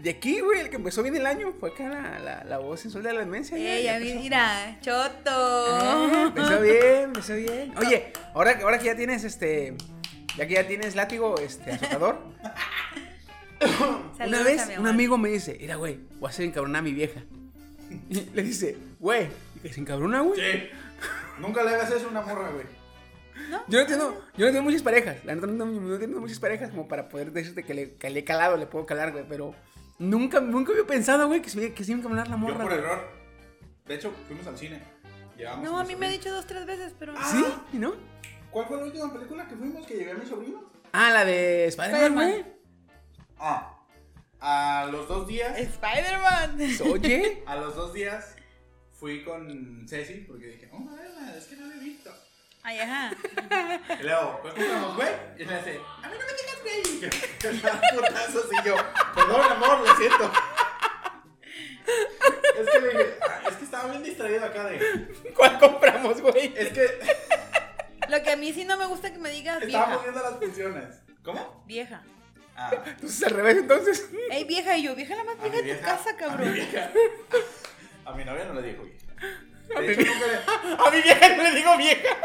Speaker 4: De aquí, güey, el que empezó bien el año fue acá la, la, la voz sensual de la demencia. ya-
Speaker 6: Ey,
Speaker 4: ya
Speaker 6: a mí,
Speaker 4: empezó.
Speaker 6: mira,
Speaker 4: Ah,
Speaker 6: choto.
Speaker 4: Empezó bien, empezó bien. Oye, ahora, ahora que ya tienes este. Ya que ya tienes látigo, este, azotador.
Speaker 6: Saludos
Speaker 4: una
Speaker 6: a
Speaker 4: vez
Speaker 6: mi
Speaker 4: un
Speaker 6: abuela.
Speaker 4: amigo me dice, mira, güey, voy a hacer encabronar a mi vieja. Y le dice, güey, ¿y que se encabrona, güey?
Speaker 9: Nunca le hagas eso a una morra, güey.
Speaker 4: Yo no tengo, yo no tengo muchas parejas. La neta, no, no tengo muchas parejas como para poder decirte que le, que le he calado, le puedo calar, güey. Pero nunca, nunca había pensado, güey, que se iba- que se iba a encaminar la
Speaker 7: Yo por
Speaker 4: morra.
Speaker 7: error. De hecho, fuimos al cine. Llevamos
Speaker 6: No, a
Speaker 7: mi
Speaker 6: mí me ha
Speaker 7: sobrino.
Speaker 6: dicho dos, tres veces, pero.
Speaker 4: Ah, ¿Sí? ¿Y no?
Speaker 9: ¿Cuál fue la última película que fuimos que llevé a mi sobrino?
Speaker 4: Ah, la de Spider-Man, güey.
Speaker 7: Ah, a los dos días.
Speaker 6: Spider-Man.
Speaker 4: Pues, Oye.
Speaker 7: A los dos días fui con Ceci porque dije, oh, a verla, es que no la he visto.
Speaker 6: Ay, ajá.
Speaker 7: Y luego, ¿cuál compramos, güey? Y me dice, a mí no me digas, güey. Y yo, "Me da putazos", y yo, perdón, amor, lo siento.
Speaker 9: Es que le dije, "Ah, es que estaba bien distraído acá de.
Speaker 4: ¿Cuál compramos, güey?
Speaker 7: Es que
Speaker 6: Lo que a mí sí no me gusta que me digas
Speaker 7: estábamos
Speaker 6: vieja.
Speaker 7: viendo las funciones. ¿Cómo?
Speaker 6: Vieja.
Speaker 7: Ah,
Speaker 4: Entonces al revés, entonces.
Speaker 6: Ey, vieja, y yo, vieja la más
Speaker 7: mi
Speaker 6: vieja de tu
Speaker 7: Ah, vieja,
Speaker 6: casa,
Speaker 7: a mi
Speaker 6: cabrón.
Speaker 7: vieja. A mi novia no le dijo vieja.
Speaker 4: A mi
Speaker 7: De hecho, nunca le-
Speaker 4: A mi vieja no le digo vieja.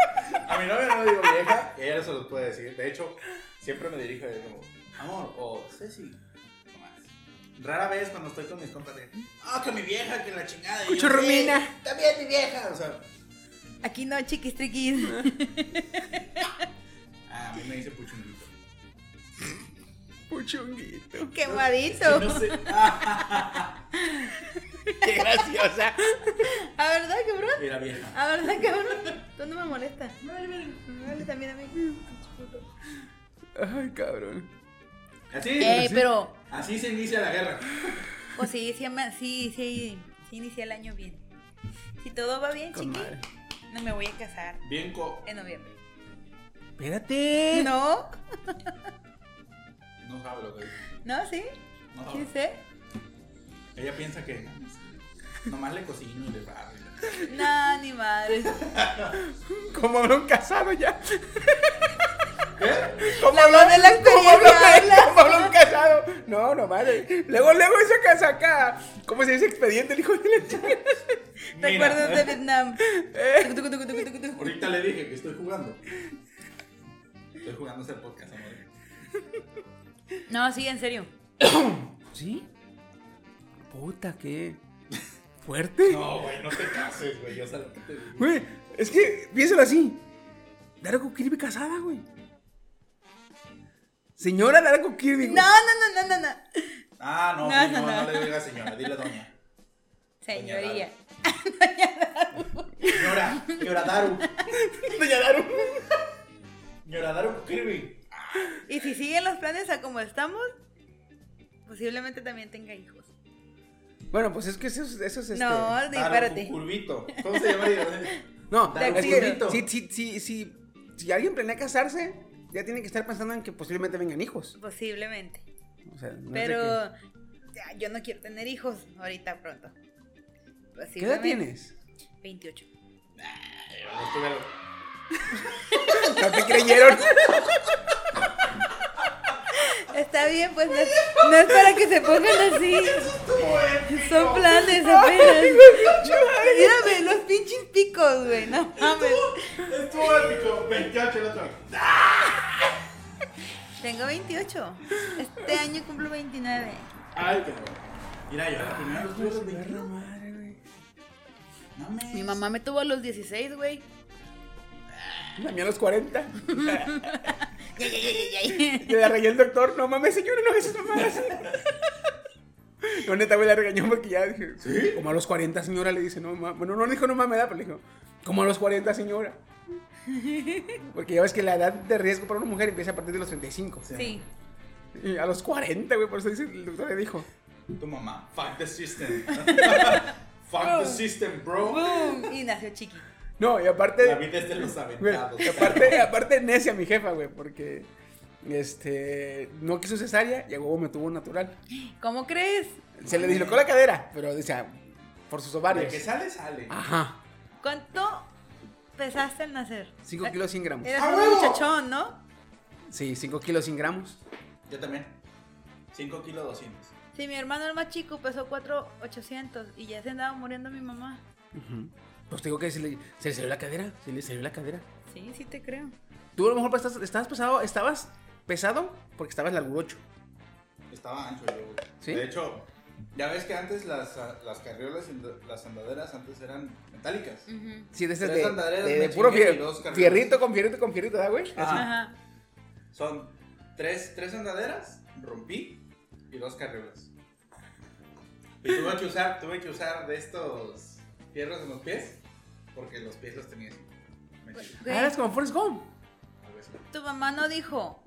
Speaker 7: A mi novia no le digo vieja, y ella se los puede decir. De hecho, siempre me dirijo y digo, amor, o Ceci, nomás. Rara vez cuando estoy con mis compas de, ah, que mi vieja, que la chingada. Y yo,
Speaker 4: Escucho, Romina.
Speaker 7: "Sí, También mi vieja. O sea,
Speaker 6: Aquí no, chiquis, triquis.
Speaker 7: ah, a mí me dice puchunguito.
Speaker 4: Puchunguito.
Speaker 6: Quemadito.
Speaker 7: No sé.
Speaker 4: Qué graciosa.
Speaker 6: ¿A verdad, cabrón?
Speaker 7: Y la vieja.
Speaker 6: ¿A verdad, cabrón? Tú no me molestas. Me vale, verga. me vale también a mí.
Speaker 4: Ay, cabrón.
Speaker 7: Así,
Speaker 6: Ey, Eh, pero.
Speaker 7: así se inicia la guerra.
Speaker 6: O sí, sí, ama- sí, sí, sí, inicié el año bien. Si todo va bien,
Speaker 4: Con
Speaker 6: chiqui,
Speaker 4: madre.
Speaker 6: no me voy a casar
Speaker 7: Bien co.
Speaker 6: en noviembre.
Speaker 4: Espérate.
Speaker 6: ¿No?
Speaker 7: No sabe lo que dice.
Speaker 6: ¿No? ¿Sí?
Speaker 7: No
Speaker 6: ¿Sí
Speaker 7: sabe.
Speaker 6: sé?
Speaker 7: Ella piensa que. Nomás le cocino y le barro. y le-
Speaker 6: No, ni madre.
Speaker 4: Como habrán casado ya.
Speaker 7: ¿Eh?
Speaker 4: ¿Cómo
Speaker 6: La voz de la
Speaker 4: ¿Cómo hablan,
Speaker 6: experiencia habla.
Speaker 4: ¿Cómo hablan casado? No, no madre. Luego, luego esa casa acá. ¿Cómo se dice expediente el hijo de la chica?
Speaker 6: Recuerdos de Vietnam.
Speaker 4: Eh.
Speaker 6: Tucu, tucu, tucu, tucu, tucu, tucu.
Speaker 7: Ahorita le dije que estoy jugando. Estoy jugando ese podcast, amor.
Speaker 6: No, sí, en serio.
Speaker 4: ¿Sí? Puta, qué fuerte.
Speaker 7: No, güey, no te cases, güey. Yo sé lo que te digo.
Speaker 4: Güey, es que piénsalo así. Dara con Kirby casada, güey. Señora Dara con Kirby. güey.
Speaker 6: No, no, no, no, no, no.
Speaker 7: Ah, no,
Speaker 6: No,
Speaker 7: sí,
Speaker 6: no,
Speaker 7: no, no,
Speaker 6: no.
Speaker 7: le digas señora, dile doña.
Speaker 6: Señoría.
Speaker 7: Señora, señora Daru. Doña Daru. Señora Daru Kirby.
Speaker 6: Y si siguen los planes a como estamos, posiblemente también tenga hijos.
Speaker 4: Bueno, pues es que eso, es- eso es este.
Speaker 6: No, di-
Speaker 7: Daru
Speaker 6: espérate.
Speaker 7: Curvito. ¿Cómo se llama?
Speaker 4: No,
Speaker 7: Dale
Speaker 4: es
Speaker 7: un
Speaker 4: que
Speaker 7: poquito.
Speaker 4: si, si, si, si, si alguien planea casarse, ya tiene que estar pensando en que posiblemente vengan hijos.
Speaker 6: Posiblemente.
Speaker 4: O sea, no es de que-
Speaker 6: Pero ya, yo no quiero tener hijos ahorita pronto.
Speaker 4: ¿Qué edad
Speaker 6: Posiblemente.
Speaker 4: tienes?
Speaker 6: 28.
Speaker 4: No te creyeron.
Speaker 6: Está bien, pues no es, no es para que se pongan así. Son planes apenas. Mírame, los pinches picos, güey. No mames.
Speaker 7: Estuvo épico. 28 el otro.
Speaker 6: Tengo 28. Este año cumplo 29.
Speaker 7: Ay, qué bueno. Mira, yo la primera vez tuve los 21. No me.
Speaker 6: Mi mamá me tuvo a los 16, güey.
Speaker 4: La mía a los 40.
Speaker 6: Ya, ya, ya, ya, ya.
Speaker 4: Le la regañé el doctor. No mames, señora, no hagas esas mamadas. No, neta, güey, la regañó porque ya dije. Como a los 40, señora, le dice, no mames. Bueno, no dijo no mames, ¿verdad? pero le dijo, como a los 40, señora. Porque ya ves que la edad de riesgo para una mujer empieza a partir de los 35.
Speaker 6: Sí.
Speaker 4: Y a los 40, güey, por eso dice, el doctor le dijo.
Speaker 7: Tu mamá. Fuck the system. Fuck the system, bro.
Speaker 6: ¡Bum! Y nació Chiqui.
Speaker 4: No, y
Speaker 7: La
Speaker 4: aparte,
Speaker 7: vida es de los
Speaker 4: güey,
Speaker 7: aventados.
Speaker 4: y aparte, aparte necia mi jefa, güey, porque este no quiso cesárea y a huevo me tuvo natural.
Speaker 6: ¿Cómo crees?
Speaker 4: Se le dislocó la cadera, pero decía, por sus
Speaker 7: De
Speaker 4: ovarios.
Speaker 7: que sale, sale.
Speaker 4: Ajá.
Speaker 6: ¿Cuánto pesaste al nacer?
Speaker 4: 5 kilos 100 gramos.
Speaker 6: Eras
Speaker 7: ¡A
Speaker 6: un
Speaker 7: huevo!
Speaker 6: muchachón, ¿no?
Speaker 4: Sí, 5 kilos 100 gramos.
Speaker 7: Yo también. 5 kilos 200.
Speaker 6: Sí, mi hermano el más chico pesó 4,800 y ya se andaba muriendo mi mamá.
Speaker 4: Pues te digo que se le, se le salió la cadera. Se le salió la cadera.
Speaker 6: Sí, sí te creo.
Speaker 4: Tú a lo mejor pues, estás- estabas pesado, estabas pesado porque estabas largurocho.
Speaker 7: Estaba ancho yo, güey.
Speaker 4: ¿Sí?
Speaker 7: De hecho, ya ves que antes las, ah, las carriolas, y las andaderas antes eran metálicas.
Speaker 4: Sí, de esas
Speaker 7: Tres
Speaker 4: de,
Speaker 7: andaderas
Speaker 4: de-
Speaker 7: me
Speaker 4: de puro
Speaker 7: chingué
Speaker 4: fier-
Speaker 7: y dos carreras.
Speaker 4: fierrito con fierrito con fierrito, ¿da, güey?
Speaker 7: Ajá.
Speaker 6: Ah. Ajá.
Speaker 7: Son tres, tres andaderas, rompí y dos carriolas. Y tuve que usar, tuve que usar de estos fierros en los pies porque los pies los tenía así. Me chingué.
Speaker 6: Güey,
Speaker 4: Ah, eras como Forrest Gump.
Speaker 7: Algo así.
Speaker 6: tu mamá no dijo,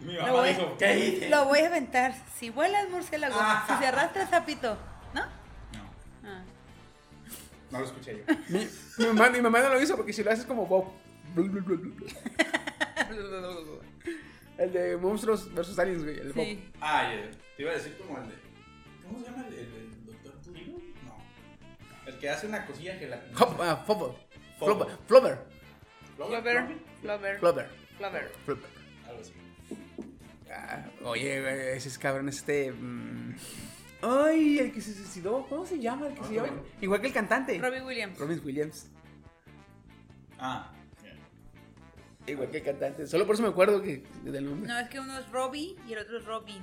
Speaker 7: Mi
Speaker 6: Lo
Speaker 7: mamá
Speaker 6: voy-
Speaker 7: dijo, ¿qué hice?
Speaker 6: lo voy a aventar. Si vuelas, murciélago.
Speaker 7: Ah.
Speaker 6: Si se arrastra, sapito. ¿No?
Speaker 7: No,
Speaker 6: Ah.
Speaker 7: no lo escuché yo.
Speaker 4: Mi, mi mamá, mi mamá no lo hizo porque si lo haces como Bob. El de Monstruos vs. Aliens, güey. El Bob.
Speaker 6: Sí.
Speaker 7: Ah, ya, ya. te iba a decir como el de. ¿Cómo se llama el, el- el doctor Turino? No. El que hace una cosilla que la.
Speaker 4: Hop, ah, Fopper.
Speaker 7: Fopper.
Speaker 4: Flopper. Flopper.
Speaker 6: Flover, flover,
Speaker 4: Flopper.
Speaker 6: flover.
Speaker 4: Flopper.
Speaker 7: Algo así.
Speaker 4: Ah, oye, güey, ese es cabrón, este. mm, Ay, el que se suicidó. ¿Cómo se llama el que se llama? Igual que el cantante.
Speaker 6: Robbie Williams.
Speaker 4: Robin Williams.
Speaker 7: Ah, ya.
Speaker 4: Igual que el cantante. Solo por eso me acuerdo que del nombre.
Speaker 6: No, es que uno es Robbie y el otro es Robin.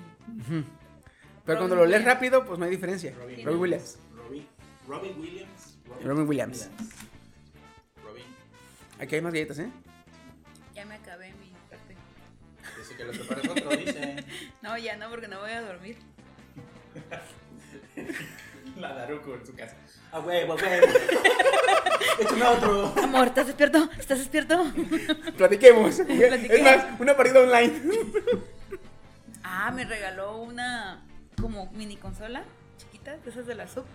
Speaker 4: Pero cuando
Speaker 6: Robin
Speaker 4: lo lees
Speaker 6: Williams.
Speaker 4: rápido, pues no hay diferencia.
Speaker 7: Robin
Speaker 4: Robin, Williams.
Speaker 7: Robin, Robin Williams.
Speaker 4: Robin Williams.
Speaker 7: Robin.
Speaker 4: Aquí hay más galletas, ¿eh?
Speaker 6: Ya me acabé mi parte.
Speaker 7: Dice que lo prepares otro, dice.
Speaker 6: No, ya no, porque no voy a dormir.
Speaker 7: La Daruco en su casa.
Speaker 4: Ah,
Speaker 7: A huevo, a huevo. Échame otro.
Speaker 6: Amor, ¿estás despierto? ¿Estás despierto?
Speaker 4: Platiquemos. Es
Speaker 6: Platiquemos.
Speaker 4: más, una partida online.
Speaker 6: Ah, me regaló una como mini consola chiquita, de esas de la sub.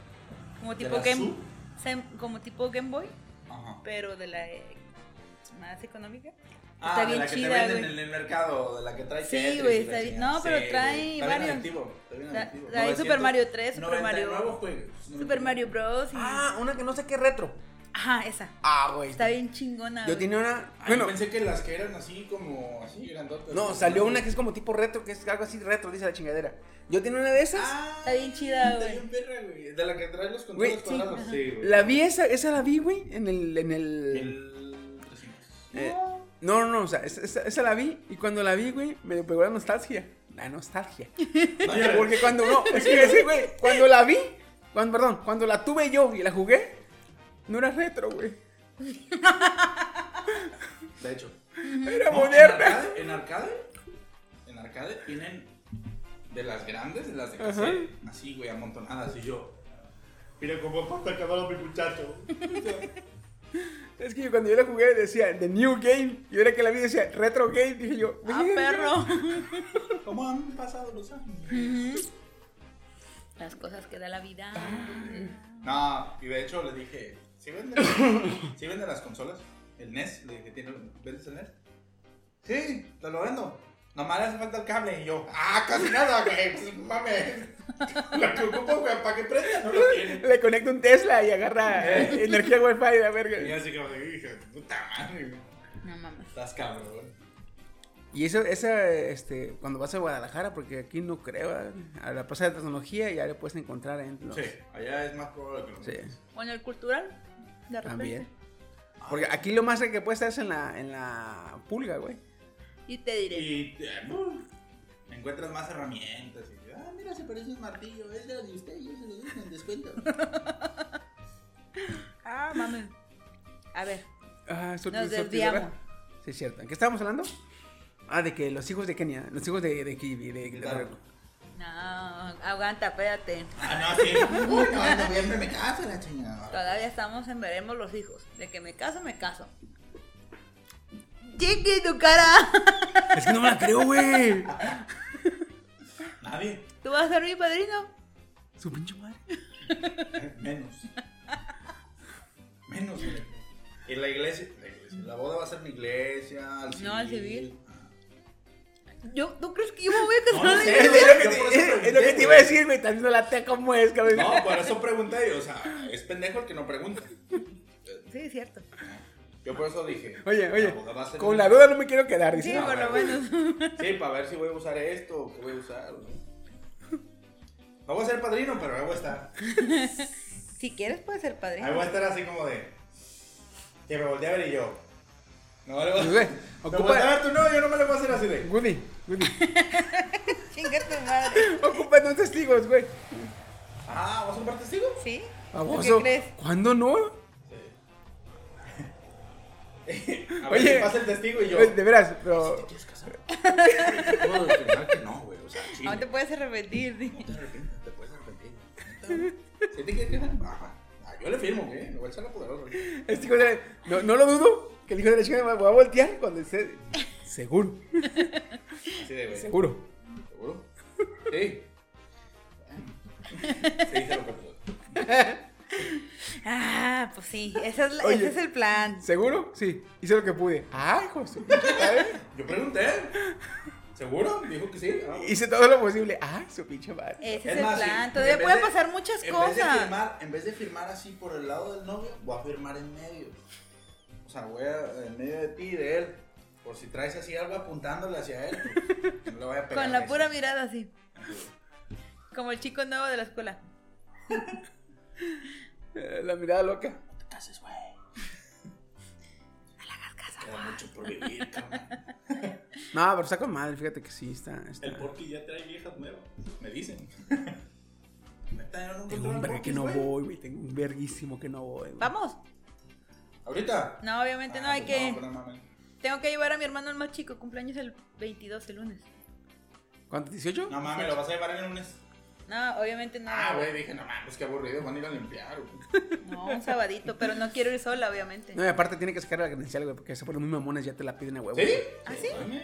Speaker 6: Como tipo
Speaker 7: la
Speaker 6: Game
Speaker 7: Sub?
Speaker 6: Sem- como tipo Game Boy,
Speaker 7: Ajá.
Speaker 6: pero de la eh, más económica.
Speaker 7: Ah,
Speaker 6: está
Speaker 7: de
Speaker 6: bien
Speaker 7: la que te
Speaker 6: chida,
Speaker 7: venden en
Speaker 6: güey.
Speaker 7: el mercado, de la que trae
Speaker 6: Sí,
Speaker 7: Tetris y
Speaker 6: güey,
Speaker 7: la
Speaker 6: está bien-
Speaker 7: chingada.
Speaker 6: no, pero
Speaker 7: güey,
Speaker 6: trae
Speaker 7: está bien
Speaker 6: varios.
Speaker 7: adictivo, está bien
Speaker 6: Tra-
Speaker 7: adictivo.
Speaker 6: trae Super Mario 3, Super
Speaker 7: 999
Speaker 6: Mario-
Speaker 7: juegos.
Speaker 6: Super Mario Bros. y-
Speaker 4: Ah, una que no sé qué retro.
Speaker 6: Ajá, esa.
Speaker 4: Ah, güey.
Speaker 6: Está bien chingona.
Speaker 4: Yo
Speaker 6: güey.
Speaker 4: tenía una.
Speaker 7: Ay,
Speaker 4: Bueno,
Speaker 7: Ah, yo pensé que las que eran así como así grandotas.
Speaker 4: no, salió una que es como tipo retro, que es algo así retro, dice la chingadera. Yo tenía una de esas.
Speaker 7: Ah,
Speaker 6: Está bien chida,
Speaker 7: Está
Speaker 6: güey.
Speaker 7: bien perra, güey. De la que trae los
Speaker 4: Güey,
Speaker 7: controles cuadrados.
Speaker 6: sí, ajá.
Speaker 7: Sí, güey.
Speaker 4: La vi esa, esa la vi, güey, en el, en el,
Speaker 7: El 300.
Speaker 4: eh, no, no, no, o sea, esa, esa- esa la vi y cuando la vi, güey, me pegó la nostalgia. la nostalgia.
Speaker 7: No llores.
Speaker 4: Porque cuando no, es que, es que, güey, cuando la vi, cuando, perdón, cuando la tuve yo y la jugué, no era retro, güey.
Speaker 7: De hecho.
Speaker 4: Era
Speaker 7: No,
Speaker 4: moderna.
Speaker 7: En arcade, en arcade, en arcade tienen de las grandes, de las de cassette, así, güey, amontonadas. Y yo, mira cómo está acabado mi muchacho.
Speaker 4: Es que yo cuando yo la jugué decía The New Game. Y ahora que la vi decía Retro Game. Dije yo,
Speaker 6: Ah,
Speaker 4: "Verga".
Speaker 6: perro.
Speaker 7: ¿Cómo han pasado los años?
Speaker 6: Las cosas que da la vida.
Speaker 7: No, y de hecho le dije, ¿sí venden, ¿sí venden las consolas? ¿El NES? Le dije, ¿tiene, ¿vendes el NES? Sí, te lo vendo. Nomás le hace falta el cable. Y yo, ah, casi nada, güey, pues mames. Lo que ocupo, güey, para que prenda, no lo tiene.
Speaker 4: Le conecto un Tesla y agarra eh, energía Wi-Fi de la
Speaker 7: Y
Speaker 4: verga.
Speaker 7: así como que dije, puta madre, güey.
Speaker 6: No mames.
Speaker 7: Estás cabrón.
Speaker 4: Y eso, esa, este, cuando vas a Guadalajara, porque aquí no creo, ¿verdad? a la Plaza de Tecnología ya le puedes encontrar en los-
Speaker 7: Sí, allá es más probable que lo
Speaker 4: Sí,
Speaker 6: Bueno, el cultural. De repente.
Speaker 4: también. Porque aquí lo más que puedes estar es en la, en la pulga, güey.
Speaker 6: Y te diré.
Speaker 7: Y eh, uh, encuentras más herramientas. Y, ah, mira, se parece un martillo. Es de los de usted. Yo se lo doy en descuento.
Speaker 6: Ah, mames. A ver.
Speaker 4: Ah, sur-
Speaker 6: Nos
Speaker 4: sur- sur-
Speaker 6: desviamos.
Speaker 4: Sí, es cierto. ¿En qué estábamos hablando? Ah, de que los hijos de Kenia, los hijos de, de, Kiwi, de- de-
Speaker 7: Claro.
Speaker 6: No, aguanta, espérate.
Speaker 7: ah, no, sí. Uy, no, en noviembre me caso, la chingada.
Speaker 6: Todavía estamos en veremos los hijos. De que me caso, me caso. Chiqui, tu cara.
Speaker 4: Es que no me la creo, güey.
Speaker 7: Nadie.
Speaker 6: ¿Tú vas a ser mi padrino?
Speaker 4: Su pinche madre.
Speaker 7: Eh, Menos. Menos, güey. Y la iglesia, la iglesia. La boda va a ser en la iglesia. Al
Speaker 6: No, al civil. Yo, ¿Tú crees que yo me voy a
Speaker 7: No,
Speaker 6: casar?
Speaker 7: no
Speaker 6: a la
Speaker 7: sé,
Speaker 6: iglesia?
Speaker 7: güey.
Speaker 4: Es lo
Speaker 7: Yo
Speaker 4: que
Speaker 7: por eso
Speaker 4: te, es lo
Speaker 7: pregunté,
Speaker 4: que te iba a
Speaker 7: güey.
Speaker 4: decir, güey. Estás viendo la tea como es, cabrón.
Speaker 7: No, por eso pregunté. O sea, es pendejo el que no pregunta.
Speaker 6: Sí, es cierto.
Speaker 7: Yo por eso dije.
Speaker 4: Oye, oye.
Speaker 7: la boda va a ser
Speaker 4: Con
Speaker 7: en-
Speaker 4: la duda no me quiero quedar,
Speaker 6: Sí,
Speaker 4: dice.
Speaker 7: No,
Speaker 6: por lo
Speaker 7: bueno.
Speaker 6: menos.
Speaker 7: Sí, para ver si voy a usar esto o qué voy a usar. ¿no? No voy a ser padrino, pero ahí voy a estar.
Speaker 6: Si quieres, puedes ser
Speaker 7: Ahí
Speaker 6: padrino.
Speaker 7: voy a estar así como de. Que me volteé a ver y yo. No le voy a.
Speaker 4: Güey,
Speaker 7: Me
Speaker 4: ocupa-
Speaker 7: volteé a ver tú, no, yo no me lo voy a hacer así de.
Speaker 4: Woody, Woody.
Speaker 6: Chinga tu madre.
Speaker 4: Ocupa dos testigos, güey.
Speaker 7: Ah, ¿vas a un par testigo?
Speaker 6: ¿Sí?
Speaker 4: Baboso.
Speaker 6: ¿Qué crees?
Speaker 4: ¿Cuándo no?
Speaker 7: A ver
Speaker 4: Oye.
Speaker 7: si pasa el testigo y yo.
Speaker 4: Güey, Pues, De veras, pero.
Speaker 7: ¿Quieres casar? No, de verdad que no, güey. O sea, chile.
Speaker 6: Aún Ah, te puedes arrepentir. di.
Speaker 7: No te arrepientas, te puedes arrepentir. Neta. Si te quieres casar, baja. Ah, yo le firmo, ¿qué? Me voy a echar la poderosa.
Speaker 4: Este hijo de la- No, no lo dudo que el hijo de la chica me va a voltear cuando esté. Seguro,
Speaker 7: Así de, güey.
Speaker 4: seguro.
Speaker 7: ¿Seguro? Sí. Sí, se lo compro.
Speaker 6: Ah, pues sí. Esa es la-
Speaker 4: Oye.
Speaker 6: ese es el plan.
Speaker 4: ¿Seguro? Sí, hice lo que pude. Ah, ¡Ay, José!
Speaker 7: Yo pregunté. ¿Seguro? Dijo que sí. Ah.
Speaker 4: Hice todo lo posible. ¡Ay, su pinche madre!
Speaker 6: Ese es,
Speaker 7: Es
Speaker 6: el
Speaker 7: más,
Speaker 6: plan.
Speaker 7: en
Speaker 6: Todavía
Speaker 7: vez
Speaker 6: pueden
Speaker 7: de-
Speaker 6: pasar muchas
Speaker 7: en Vez de
Speaker 6: cosas.
Speaker 7: firmar, en vez de firmar así por el lado del novio, voy a firmar en medio. O sea, voy a, en medio de ti y de él. Por si traes así algo apuntándole hacia él. pues, que no le vaya a pegar.
Speaker 6: Con la
Speaker 7: recio.
Speaker 6: pura mirada así. Como el chico nuevo de la escuela.
Speaker 4: Eh, La mirada loca.
Speaker 7: Te cases, güey. No la hagas casa. Queda mucho por vivir, cabrón.
Speaker 4: No, pero está con madre, fíjate que sí, está. está.
Speaker 7: El porqui ya trae viejas nuevas. Me dicen.
Speaker 4: Tengo un verga que no voy, güey. Tengo un verguísimo que no voy, güey.
Speaker 6: Vamos.
Speaker 7: ¿Ahorita?
Speaker 6: No, obviamente no hay
Speaker 7: Ah,
Speaker 6: que.
Speaker 7: pues no, no mames.
Speaker 6: Tengo que llevar a mi hermano el más chico. Cumpleaños el 22, el lunes.
Speaker 4: ¿Cuánto? ¿18?
Speaker 7: No mames, lo vas a llevar el lunes.
Speaker 6: No, obviamente no.
Speaker 7: Ah, güey, dije, no mames, qué aburrido, van a ir a limpiar. güey.
Speaker 6: No, un sabadito. Pero no quiero ir sola, obviamente.
Speaker 4: No, y aparte tiene que sacar la credencial, güey, porque se ponen muy mamones, ya te la piden a huevo.
Speaker 7: ¿Sí?
Speaker 6: ¿Ah, sí?
Speaker 7: Mames.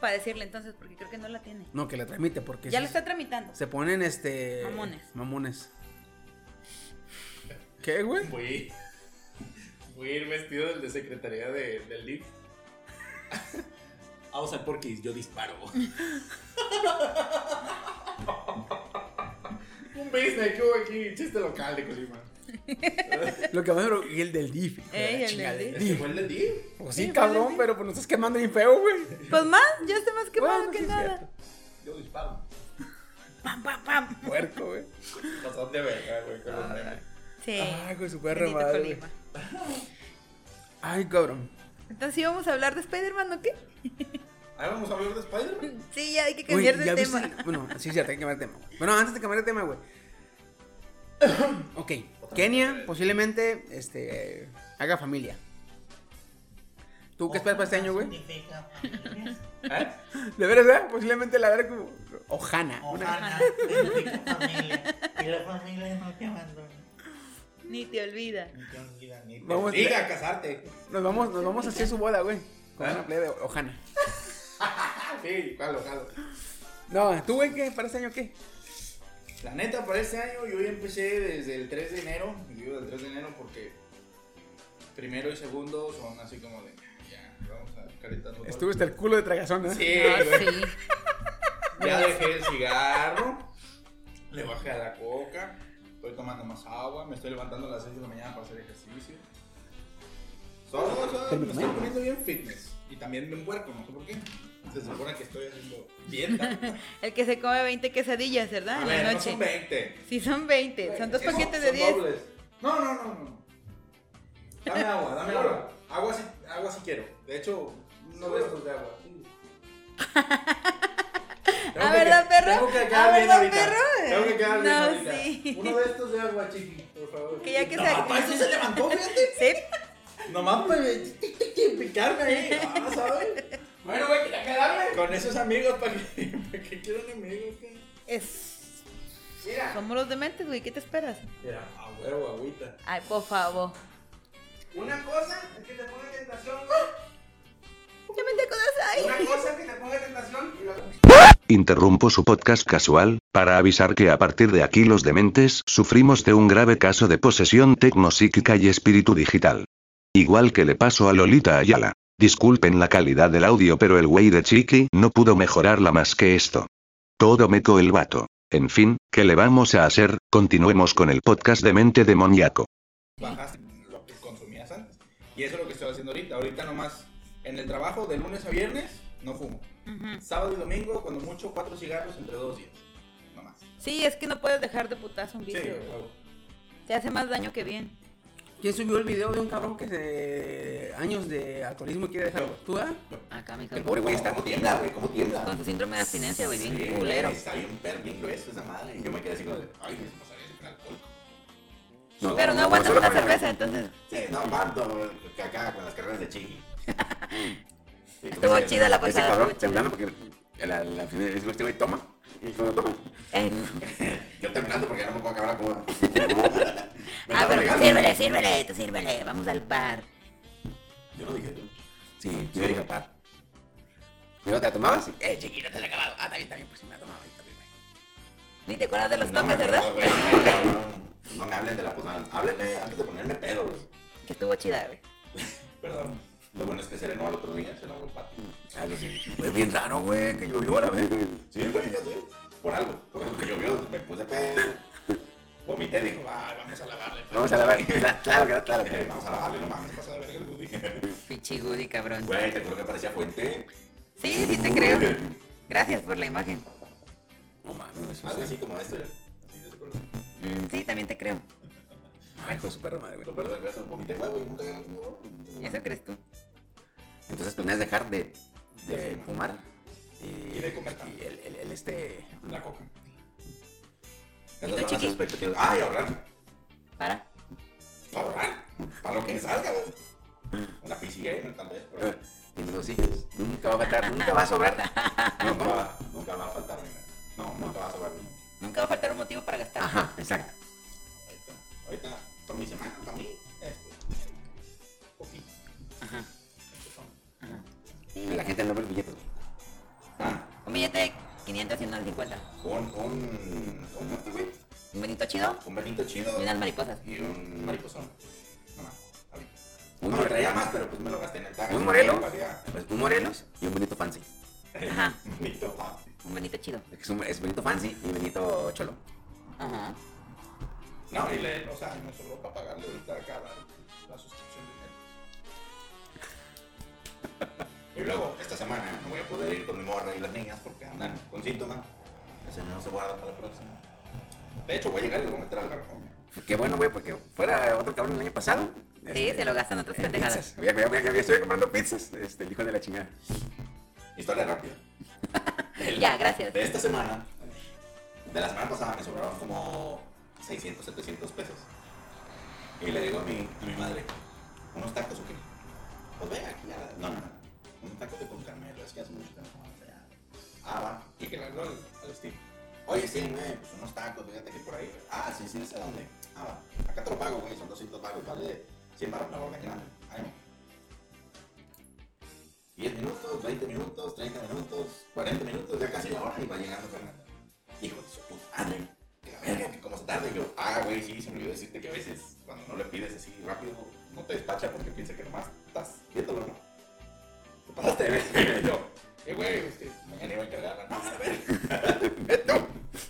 Speaker 6: Para decirle entonces, porque creo que no la tiene.
Speaker 4: No, que la tramite, porque
Speaker 6: Ya
Speaker 4: se-
Speaker 6: la está tramitando.
Speaker 4: se ponen este.
Speaker 6: Mamones.
Speaker 4: Mamones. ¿Qué, güey?
Speaker 7: Voy, voy a ir vestido del de secretaría de- del DIF. Vamos al porquis, yo disparo. Un business que hubo aquí, chiste local de Colima.
Speaker 4: Lo que más me preocupa- Y el del DIF. hijo de la
Speaker 6: Ey, el
Speaker 4: chingada,
Speaker 6: del
Speaker 7: ¿Este fue el del DIF?
Speaker 4: Pues
Speaker 6: Sí,
Speaker 4: sí,
Speaker 6: fue el
Speaker 4: cabrón,
Speaker 6: del
Speaker 4: pero pues nos estás quemando bien feo, güey.
Speaker 6: Pues más, ya está más quemado
Speaker 4: Bueno,
Speaker 6: que
Speaker 4: sí es
Speaker 6: nada.
Speaker 4: cierto.
Speaker 7: Yo disparo.
Speaker 6: Pam, pam, pam.
Speaker 4: Puerco, güey.
Speaker 7: Pasón de verga, güey, con los memes.
Speaker 6: Sí.
Speaker 4: Ay, Ah, güey, su perra
Speaker 6: Eh, Bendito
Speaker 4: madre.
Speaker 6: Colima.
Speaker 4: Ay, cabrón.
Speaker 6: Entonces íbamos a hablar de Spider-Man, ¿o qué?
Speaker 7: Ahí vamos a hablar de Spider-Man.
Speaker 6: Sí, ya hay que
Speaker 4: Güey,
Speaker 6: cambiar de
Speaker 4: ¿ya
Speaker 6: tema.
Speaker 4: viste? Bueno, sí, sí, hay que cambiar de tema. Bueno, antes de cambiar de tema, güey. ok, Kenia posiblemente este, eh, haga familia. ¿Tú qué esperas para este año, güey?
Speaker 7: ¿Eh?
Speaker 4: De veras, ¿verdad? Posiblemente la veré como. Ojana.
Speaker 10: Ojalá, bendiga tu Ah, familia, y la familia no te abandone.
Speaker 6: Ni te olvida.
Speaker 10: ni te olvida, ni te-
Speaker 4: Vamos,
Speaker 7: Diga, a casarte.
Speaker 4: nos, vamos, nos vamos a hacer su boda, güey. Con una playa de Ojana.
Speaker 7: Ah, Sí, jalo, jalo.
Speaker 4: No, ¿tú, güey, qué? ¿Para este año qué?
Speaker 7: La neta, para este año yo ya empecé desde el 3 de enero. y Digo del 3 de enero porque primero y segundo son así como de. "Ah, Ya, vamos a caretando. todo.
Speaker 4: Estuve hasta el culo de tragazón, ¿eh?
Speaker 7: Sí,
Speaker 6: Ah,
Speaker 7: güey.
Speaker 6: sí.
Speaker 7: Ya dejé el cigarro. Le bajé a la coca. Estoy tomando más agua. Me estoy levantando a las 6 de la mañana para hacer ejercicio. Solo, solo, me estoy poniendo bien fitness. Y también bien puerco, no sé por qué. Se supone que estoy haciendo dieta.
Speaker 6: El que se come 20 quesadillas, ¿verdad?
Speaker 7: A
Speaker 6: En la
Speaker 7: ver, no
Speaker 6: noche.
Speaker 7: son 20.
Speaker 6: Sí, son 20. Son dos
Speaker 7: Eso,
Speaker 6: paquetes de
Speaker 7: son
Speaker 6: 10.
Speaker 7: dobles. No, no, no, no. Dame agua, dame agua. Agua sí, agua sí quiero. De hecho, no de estos de agua. Tengo
Speaker 6: ¿A
Speaker 7: que-
Speaker 6: verdad, perro?
Speaker 7: Tengo que
Speaker 6: ¿A
Speaker 7: quedar bien
Speaker 6: verdad,
Speaker 7: ahorita.
Speaker 6: perro?
Speaker 7: Tengo que quedar bien
Speaker 6: No,
Speaker 7: ahorita.
Speaker 6: sí.
Speaker 7: Uno de estos de agua, chiqui, por favor.
Speaker 6: Que ya que
Speaker 7: no,
Speaker 6: se-
Speaker 7: papá, eso se levantó, fíjate.
Speaker 6: Sí.
Speaker 7: Nomás para picarme ahí. Ah, ¿sabes? Bueno, güey, quería quedarme. Con esos amigos, ¿para que para que quiero enemigos? qué?
Speaker 6: Es...
Speaker 7: Mira.
Speaker 6: Somos los dementes, güey. ¿Qué te esperas?
Speaker 7: Mira, a huevo, agüita.
Speaker 6: Ay, por favor.
Speaker 11: Una cosa es que te ponga tentación,
Speaker 6: Ya me te
Speaker 11: una
Speaker 6: ahí.
Speaker 11: cosa es que te ponga tentación y la
Speaker 12: Interrumpo su podcast casual, para avisar que a partir de aquí los dementes sufrimos de un grave caso de posesión tecnopsíquica y espíritu digital. Igual que le pasó a Lolita Ayala. Disculpen la calidad del audio, pero el güey de Chiqui no pudo mejorarla más que esto. Todo meco el vato. En fin, ¿qué le vamos a hacer? Continuemos con el podcast de mente demoníaco.
Speaker 7: bajaste lo que consumías antes. Y eso es lo que estoy haciendo ahorita. Ahorita nomás en el trabajo de lunes a viernes no fumo. Sábado y domingo, cuando mucho, cuatro cigarros entre dos días. Nomás.
Speaker 6: Sí, es que no puedes dejar de putazo un
Speaker 7: Sí,
Speaker 6: vicio. güey.
Speaker 7: huevo.
Speaker 6: Te hace más daño que bien.
Speaker 4: ¿Quién subió el video de un cabrón que se. años de alcoholismo y quiere dejarlo? ¿Tú, ah?
Speaker 6: Acá, mi
Speaker 4: El pobre güey está tienda, güey.
Speaker 7: ¿Cómo tienda?
Speaker 6: Con su síndrome de abstinencia, güey. Bien culero.
Speaker 7: Está bien perro, bien grueso esa madre. Y Yo me quedé así como de, ay, me pasaría ese alcohol.
Speaker 6: Pero no aguantas una cerveza, entonces.
Speaker 7: Sí, no aguanto que acá con las carreras de chiqui.
Speaker 6: Estuvo chida la pasada. estuvo chida.
Speaker 7: porque la, la final es este güey toma. Y cuando toma,
Speaker 6: Eh,
Speaker 7: yo temblando porque ya no me puedo acabar la coda.
Speaker 6: Ah, pero tú sírvele, sírvele, tú sírvele. Vamos al par.
Speaker 7: Yo lo dije tú. Sí, yo dije papá. ¿No te la tomabas? Eh, chiqui, no te la he acabado. Ah, está bien, está bien, pues sí me la tomaba. está bien, güey.
Speaker 6: Ni te acuerdas de los toques, ¿verdad?
Speaker 7: No, no me hablen de la posada. Háblenme antes de ponerme pedo, güey.
Speaker 6: Que estuvo chida, güey.
Speaker 7: Perdón. Lo bueno es que se renó al otro día, se Ah, lo hago el patio. Claro, sí. Fue bien raro, güey, que llovió a la vez. Sí, güey, ya sé. Por algo. Por algo que llovió, me puse pedo. Vomité, dijo, va, vamos a lavarle. Vamos a lavarle. claro, claro, claro. vamos a lavarle, no mames, pasa de verga el budín.
Speaker 6: Pichigudi, cabrón.
Speaker 7: Güey, te juro que parecía fuente.
Speaker 6: Sí, sí te creo. Gracias por la imagen.
Speaker 7: No mames, algo así como esto. Así de ese color.
Speaker 6: Mm, Sí, también te creo.
Speaker 4: Ay, hijo de su perra madre, güey.
Speaker 7: Lo peor del caso, vomité, güey, güey, nunca gané un huevo.
Speaker 6: Eso crees tú.
Speaker 13: Entonces planeas dejar de, de fumar y,
Speaker 7: Y de comer también.
Speaker 13: y el, el- el este...
Speaker 7: La coca.
Speaker 6: tú,
Speaker 7: Esas son las
Speaker 6: chiqui?
Speaker 7: expectativas. Ah, y ahorrar.
Speaker 6: Para.
Speaker 7: Para ahorrar. Para lo que me salga, güey. Una PC gamer, tal vez. pero-
Speaker 13: Y los hijos. Nunca va a faltar, nunca va a sobrar.
Speaker 7: Nunca va, nunca va a faltar dinero. No, nunca va a sobrar dinero.
Speaker 6: Nunca va a faltar un motivo para gastar.
Speaker 13: Ajá, exacto.
Speaker 7: Ahorita, ahorita, para mi semana, para mí, esto. Poquito.
Speaker 13: La gente no ve los billetes.
Speaker 6: Un billete de 500 y unos 50.
Speaker 7: Con, con, un este, güey,
Speaker 6: Un bonito chido
Speaker 7: un benito chido
Speaker 6: y unas mariposas.
Speaker 7: y un mariposón. No, no, está bien. No me traía más, pero pues me lo gasté en el tag.
Speaker 13: Un Morelos.
Speaker 7: Valía
Speaker 13: Pues, un Morelos y un bonito fancy.
Speaker 6: Ajá.
Speaker 7: Benito, pa.
Speaker 6: Un bonito chido.
Speaker 13: Es, un, es bonito fancy y bonito cholo.
Speaker 6: Ajá.
Speaker 7: No, y le, o sea, me sobró para pagarle ahorita acá la, la suscripción de Netflix. Y luego, esta semana no voy a poder ir con mi morra y las niñas porque andan con síntomas. Ese no se guarda para la próxima. De hecho, voy a llegar y le voy a meter al garrafón.
Speaker 13: Qué bueno, güey, porque fuera otro cabrón el año pasado.
Speaker 6: Sí, se lo gastan otras pendejadas.
Speaker 13: Pizzas. Había, había, había, había- estuve comprando pizzas. Este, el hijo de la chingada.
Speaker 7: Historia rápida. El-
Speaker 14: Ya, gracias.
Speaker 7: De esta semana, de la semana pasada me sobraron como 600, 700 pesos. Y le digo a mi, a mi madre, ¿unos tacos o qué? Pues ve aquí a la- No, no, no. Unos tacos de con carmelo, es que hace mucho que no como allá. Ah, va. Y que le habló al, al Steve. Oye, sí, güey, pues unos tacos, fíjate que por ahí. Ah, sí, sí, no sé dónde. Ah, va. Acá te lo pago, güey, son 200 pagos, vale 100 baros la orden grande. Ánimo. 10 minutos, 20 minutos, 30 minutos, 40 minutos, ya casi la hora y va llegando Fernanda. Hijo de su puta madre, que la verga, que cómo se tarda. Y yo, ah, güey, sí, se me olvidó decirte que a veces cuando no le pides así rápido, no te despacha porque piensa que nomás estás viéndolo, ¿no? Te pasaste de verga. Y yo, eh, güey, este, mañana iba a encargarla. No, a ver, no.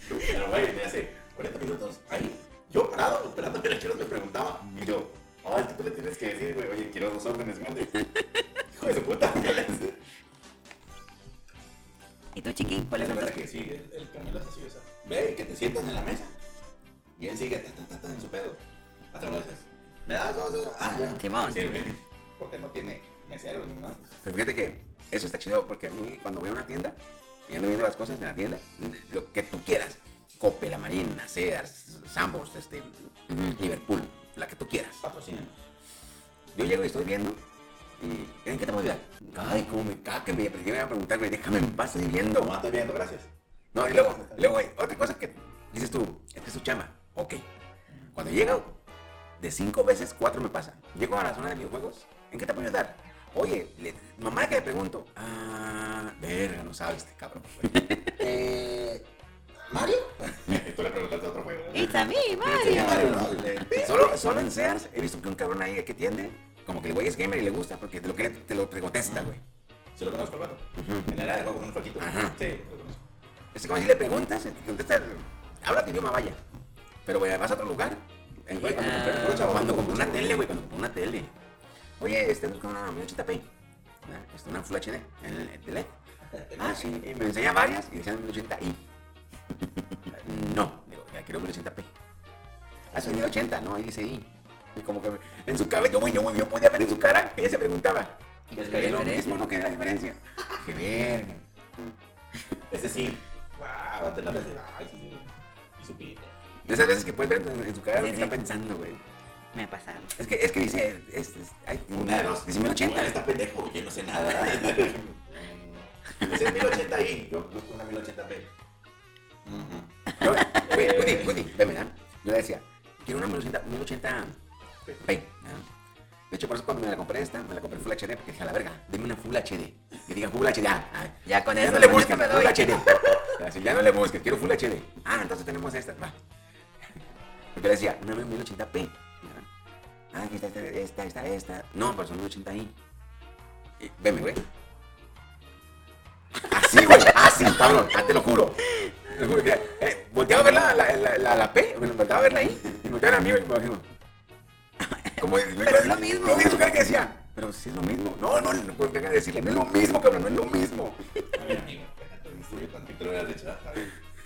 Speaker 7: Pero, güey, me hace 40 minutos ahí, yo parado, esperando que la chula me preguntaba. Y yo, ay, tú le tienes que decir, güey, oye, quiero dos órdenes grandes. Hijo de su puta madre.
Speaker 14: ¿Y tú, chiqui? ¿Cuál es
Speaker 7: la
Speaker 14: el
Speaker 7: verdad que sí, el, el Carmelo es así, o sea, ve que te sientas en la mesa y él sigue ta, ta, ta, ta, en su pedo. Hasta lo dices, ¿me das dos? dos? Ah, ya.
Speaker 14: Simón.
Speaker 7: Sí, güey, porque no tiene mesero ni nada. Pero fíjate que eso está chido porque a mí cuando voy a una tienda, y ando viendo las cosas en la tienda, lo que tú quieras, Cope, La Marina, Sears, Sambors, este, Liverpool, la que tú quieras. Patrocina. Yo llego y estoy viendo y ¿en qué te puedo ayudar? Ay, cómo me caga que me primero me iba a preguntar, güey, déjame en paz, estoy viendo. No, estoy viendo, gracias. No, y luego, luego, güey, otra cosa que dices tú, es que es tu chama. Ok. Cuando llego, de cinco veces, cuatro me pasa. Llego a la zona de videojuegos, ¿en qué te puedo ayudar? Oye, le- mamá que le pregunto. Ah, verga, no sabes, este cabrón. güey. eh, ¿Mario? Tú le preguntaste a otro juego.
Speaker 14: It's a me,
Speaker 7: Sí,
Speaker 14: Mario.
Speaker 7: Mario, no, le- Solo, solo en Sears he visto que un cabrón ahí que tiende, como que el güey es gamer y le gusta porque te lo, que- te lo te contesta, güey. Se lo conozco, hermano. En la era de juego con un poquito. Sí, lo conozco. Es Este, como si le preguntas, eh, te contesta, habla tu idioma, vaya. Pero, güey, vas a otro lugar. El güey, cuando compré- cuando compré una tele, güey, cuando compré una tele. Oye, este, busca una 1080p. ¿verdad? Este, una Full HD en el, en el LED. Ah, sí. Y me enseña varias y decían 1080i. no, digo, ya quiero 1080p. Ah, son 1080, no, ahí dice i. Y como que en su cabello, güey, yo, güey, yo podía ver en su cara que ella se preguntaba. Y es que lo mismo, no queda diferencia. Qué verga. Ese sí. Wow, te la ves. Ay, sí, sí. Y su pito. De esas veces que puedes ver en, en su cara lo que está pensando, güey.
Speaker 14: Me ha pasado.
Speaker 7: Es que, es que dice, es, es, hay una de dos, dice 1080. Está pendejo, yo no sé nada. dice 1080 ahí. Yo busco una 1080p. Yo, Güey, Woody, Woody, veme, ¿verdad? Yo le decía, quiero una 1080, 1080 p. ¿verdad? De hecho, por eso cuando me la compré esta, me la compré en Full HD, porque dije, a la verga, deme una Full HD. Que diga Full HD. ah,
Speaker 14: Ya con eso,
Speaker 7: no le
Speaker 14: con
Speaker 7: busques,
Speaker 14: eso me doy.
Speaker 7: Full HD. Así, ya no le busques, quiero Full HD. Ah, entonces tenemos esta. Va. Yo le decía, una 1080p. Ah, aquí está esta, esta, esta, esta. No, pero son 1080i. Y, Veme, güey. Así, güey, así, cabrón, ah, te lo juro. Te lo juro, mira, eh, volteaba a ver la, la, la, la, la P, bueno, volteaba a verla ahí, y volteaba a mí, me imagino. Como, pero es lo mismo. Lo mismo que decía, pero si es lo mismo. No, no, no puedo dejar de decirle, no es lo mismo, cabrón, no es lo mismo. Tantito lo hubieras dicho.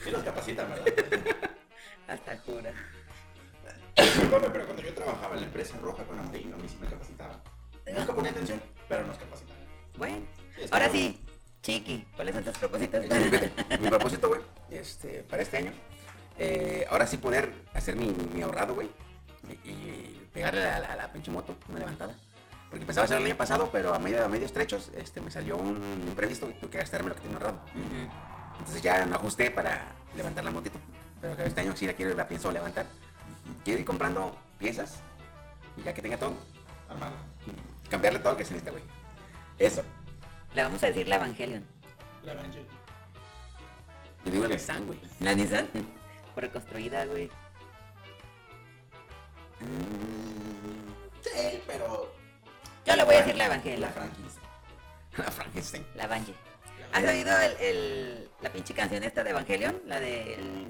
Speaker 7: Sí los capacitan, ¿verdad?
Speaker 14: Hasta cura.
Speaker 7: Discúlpame, pero cuando yo trabajaba en la empresa roja con amarillo, a mí sí me capacitaban. Nunca ponía atención, pero nos capacitaban.
Speaker 14: Bueno,
Speaker 7: está
Speaker 14: ahora
Speaker 7: bien. Eh,
Speaker 14: sí, chiqui, ¿cuáles son tus propósitos?
Speaker 7: Mi propósito, güey, este, para este año, eh, ahora sí poder hacer mi, mi ahorrado, güey, y, y pegarle a la, a la pinche moto, una levantada. Porque pensaba hacerlo el año pasado, pero a medio, a medios trechos este, me salió un imprevisto y tuve que gastarme lo que tenía ahorrado. Entonces ya me ajusté para levantar la motito. Pero que este año sí la quiero, la pienso levantar. Quiero ir comprando piezas y ya que tenga todo, armado. Cambiarle todo lo que se necesita, güey. Eso.
Speaker 14: Le vamos a decir la Evangelion.
Speaker 7: La Evangelion. Yo digo la Nissan, güey.
Speaker 14: ¿La Nissan? Fue reconstruida, güey.
Speaker 7: Mm. Sí, pero.
Speaker 14: Yo le voy a decir la Evangelion.
Speaker 7: La Frankenstein. La Frankenstein.
Speaker 14: La Banji. ¿Has oído el, el- la pinche canción esta de Evangelion? La de.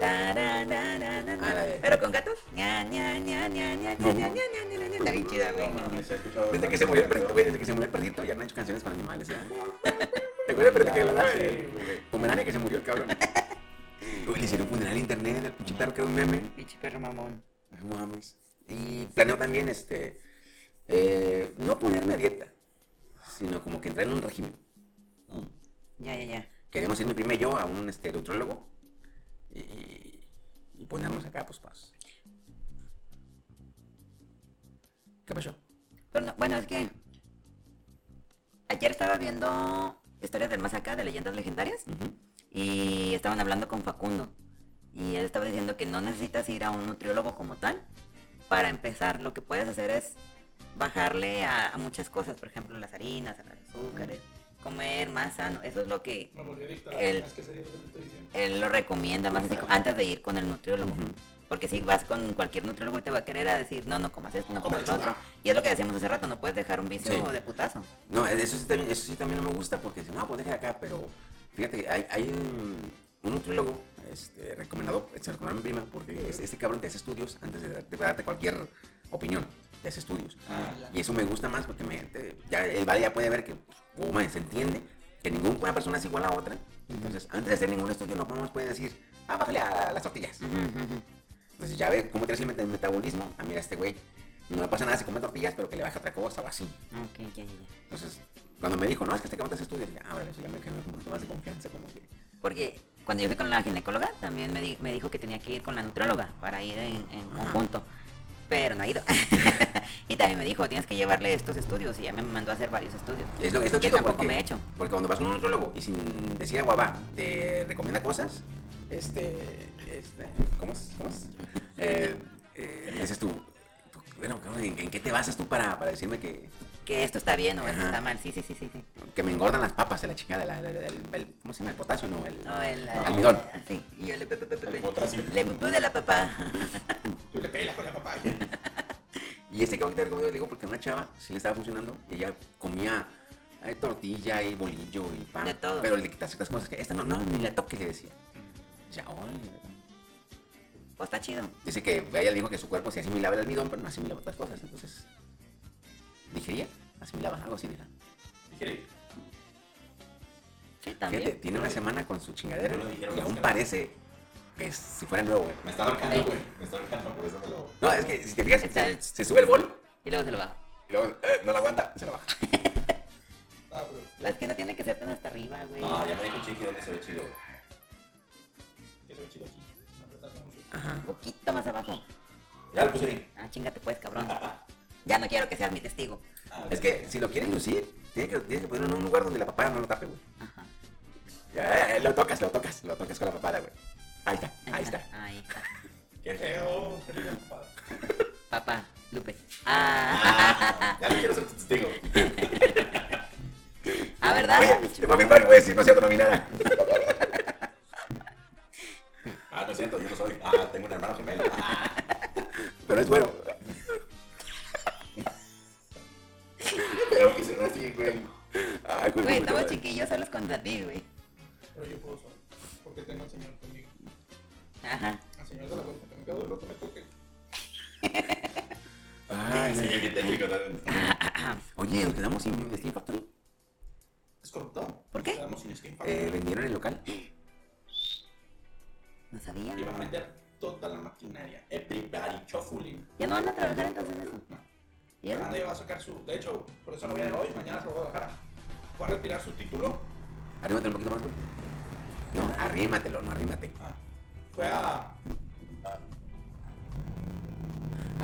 Speaker 14: Taranana, ¿Pero con gatos? Ña, ña, ña, ña, ña, ña, ña, ña, ña, ña, ña, ña. Está bien chida, güey.
Speaker 7: Desde que se murió el perrito, güey, desde que se murió el perrito, ya no han hecho canciones con animales, ¿eh? ¿Te acuerdas del perrito que hablaba de Pomerania que se murió el cabrón? Uy, le hicieron funeral en internet al pinche perro que era un meme.
Speaker 14: Pinche perro mamón.
Speaker 7: No mames. Y planeo también, este, eh, no ponerme a dieta, sino como que entrar en un régimen. ya, ya, ya. Queremos ir mi prima y yo a un este, nutrólogo y, y, y ponernos acá, pues, pues. ¿Qué pasó?
Speaker 6: Pero no, bueno, es que ayer estaba viendo historias del más acá, de leyendas legendarias, y estaban hablando con Facundo. Y él estaba diciendo que no necesitas ir a un nutriólogo como tal para empezar. Lo que puedes hacer es bajarle a, a muchas cosas, por ejemplo, las harinas, a los azúcares, comer más sano. Eso es lo que él, él lo recomienda más así, antes de ir con el nutriólogo. Porque si vas con cualquier nutriólogo te va a querer a decir, no, no comas esto, no comas lo otro. Y es lo que decíamos hace rato, no puedes dejar un vicio
Speaker 7: Sí.
Speaker 6: de putazo.
Speaker 7: No, eh, eso sí, también, eso sí también no me gusta porque dicen, no, pues deja acá, pero fíjate, que hay, hay un, un nutriólogo este, recomendado, se recomendó a mi prima porque es- este cabrón te hace estudios antes de, dar- de darte cualquier opinión, te hace estudios. Y eso me gusta más porque me, te- ya el vale ya puede ver que, como se entiende, que ninguna persona es igual a otra. Entonces, antes de hacer ningún estudio, no podemos puede decir, ah, bájale a las tortillas. Entonces, ya ve cómo te hace el meta- metabolismo. Ah, mira, este güey, no le pasa nada si come tortillas, pero que le baja otra cosa o así.
Speaker 6: Ok, ya, ya, ya.
Speaker 7: Entonces, cuando me dijo, no, es que este cabrón te hace estudios, dije, ah, bueno, sí, ya me quedé con un poquito más de confianza, como que.
Speaker 6: Porque cuando yo fui con la ginecóloga, también me, di- me dijo que tenía que ir con la nutróloga para ir en, en conjunto. Pero no ha ido. y también me dijo, tienes que llevarle estos estudios. Y ya me mandó a hacer varios estudios.
Speaker 7: Es lo que es lo
Speaker 6: que
Speaker 7: chido,
Speaker 6: tampoco
Speaker 7: porque-
Speaker 6: me he hecho.
Speaker 7: Porque cuando vas con un nutrólogo y sin decir agua va, te recomienda cosas, este. este ¿Cómo es? ¿Cómo es? Eh, eh, dices tú, tú, bueno, cabrón, ¿en, en qué te basas tú para, para decirme que.
Speaker 6: Que esto está bien o esto
Speaker 7: Ajá.
Speaker 6: está mal. Sí, sí, sí, sí. sí.
Speaker 7: Que me engordan las papas de la chica, de la, la- la- el, el- ¿cómo se llama? El potasio, ¿no? El,
Speaker 6: No, el-
Speaker 7: almidón.
Speaker 6: Sí. Y yo le pe- pe- pe- pe- le pude la papá.
Speaker 7: Tú le pelas con la papaya. y este cabrón que te recomiendo, le digo, porque a una chava sí le estaba funcionando. Ella comía eh, tortilla y bolillo y pan.
Speaker 6: De todo.
Speaker 7: Pero le quitas ciertas cosas que esta no, no, ni la toque, le decía. Ya, oye.
Speaker 6: Pues está chido.
Speaker 7: Dice que ella dijo que su cuerpo se asimilaba el almidón, pero no asimilaba otras cosas. Entonces, digería, asimilaba algo así, mira.
Speaker 6: Sí, también.
Speaker 7: Fíjate, tiene una semana con su chingadera y aún parece que es- si fuera nuevo, güey.
Speaker 12: Me está ahorcando, güey. Me está ahorcando, por eso me lo.
Speaker 7: No, es que si te fijas, se, se sube el bol.
Speaker 6: Y luego se lo baja.
Speaker 7: Y luego, eh, no lo aguanta, se lo baja.
Speaker 6: La es que no tiene que ser tan hasta arriba, güey.
Speaker 7: No, ya me dijo Chiqui dónde se ve chido.
Speaker 6: Ajá, un poquito más abajo.
Speaker 7: Ya lo puse ahí.
Speaker 6: Ah, chingate pues, cabrón. Ya no quiero que seas mi testigo.
Speaker 7: Es que si lo quieren lucir, tiene que, tiene que ponerlo en un lugar donde la papada no lo tape, güey. Ya, eh, lo tocas, lo tocas, lo tocas con la papada, güey. Ahí está, ahí está.
Speaker 6: Ahí está.
Speaker 7: Qué feo.
Speaker 6: Papá, Lupe. Ah.
Speaker 7: ya no quiero ser tu testigo.
Speaker 6: Ah, ¿verdad?
Speaker 7: Oye, te va a firmar, güey, si no se nominada. ah, no siento, yo no soy. Ah, tengo un hermano gemelo. Pero es bueno. Pero que se ve así, güey. Ay, güey,
Speaker 6: Güey,
Speaker 7: cómo te va.
Speaker 6: estamos chiquillos solos contra ti, güey.
Speaker 12: Pero yo puedo solo. Porque tengo al señor conmigo.
Speaker 6: Ajá.
Speaker 12: Al señor de la vuelta, que me quedo el otro me toque.
Speaker 7: Ay, sí, qué técnico, Oye, nos quedamos sin Steam Factory.
Speaker 12: Es corrupto.
Speaker 6: ¿Por qué?
Speaker 12: Quedamos sin skin
Speaker 7: Eh, vendieron el local.
Speaker 6: No sabía.
Speaker 12: Y van a meter toda la maquinaria. Everybody chofuli.
Speaker 6: Ya no van a trabajar entonces en eso. ¿Y eso?
Speaker 12: Fernando ya va a sacar su. De hecho, por eso no viene hoy, mañana se lo voy a dejar. Va a retirar su título.
Speaker 7: Arrímatelo un poquito más, güey. No, arrímatelo, no arrímate.
Speaker 12: Fue a.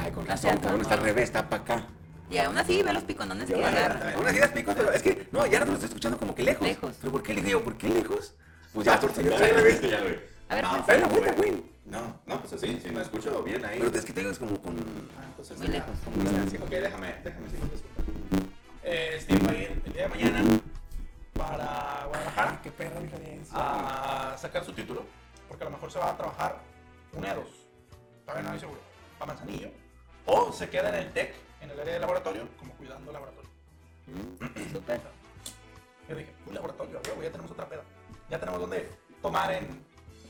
Speaker 7: Ay, con
Speaker 6: Lo
Speaker 7: razón,
Speaker 6: siento,
Speaker 7: cabrón,
Speaker 6: no.
Speaker 7: está al revés, está para acá.
Speaker 6: Y aún así, ve los piconones que
Speaker 7: Yo, eh,
Speaker 6: agarra.
Speaker 7: Unas ideas picos, pero es que, no, ya no lo estoy escuchando como que lejos. ¿Pero por qué le digo, por qué lejos? Pues ya, torta, yo al revés.
Speaker 12: Ya, güey.
Speaker 6: A ver,
Speaker 7: Ah,
Speaker 6: pues,
Speaker 7: dale la vuelta, güey.
Speaker 12: No, no, pues sí, sí, me escucho bien ahí. Ah,
Speaker 7: Pero es que tengas como con.
Speaker 12: Entonces,
Speaker 6: Muy lejos.
Speaker 7: con distancia.
Speaker 12: Ok, déjame, déjame seguir disculpa. Eh, Steve va a ir el día de mañana para Guadalajara. Qué perra diferencia. A sacar su título. Porque a lo mejor se va a trabajar una de dos. Todavía no estoy seguro. A Manzanillo. O se queda en el TEC, en el área de laboratorio, como cuidando el laboratorio.
Speaker 6: Súper.
Speaker 12: Yo dije, un laboratorio, a huevo, ya tenemos otra peda. Ya tenemos donde tomar en.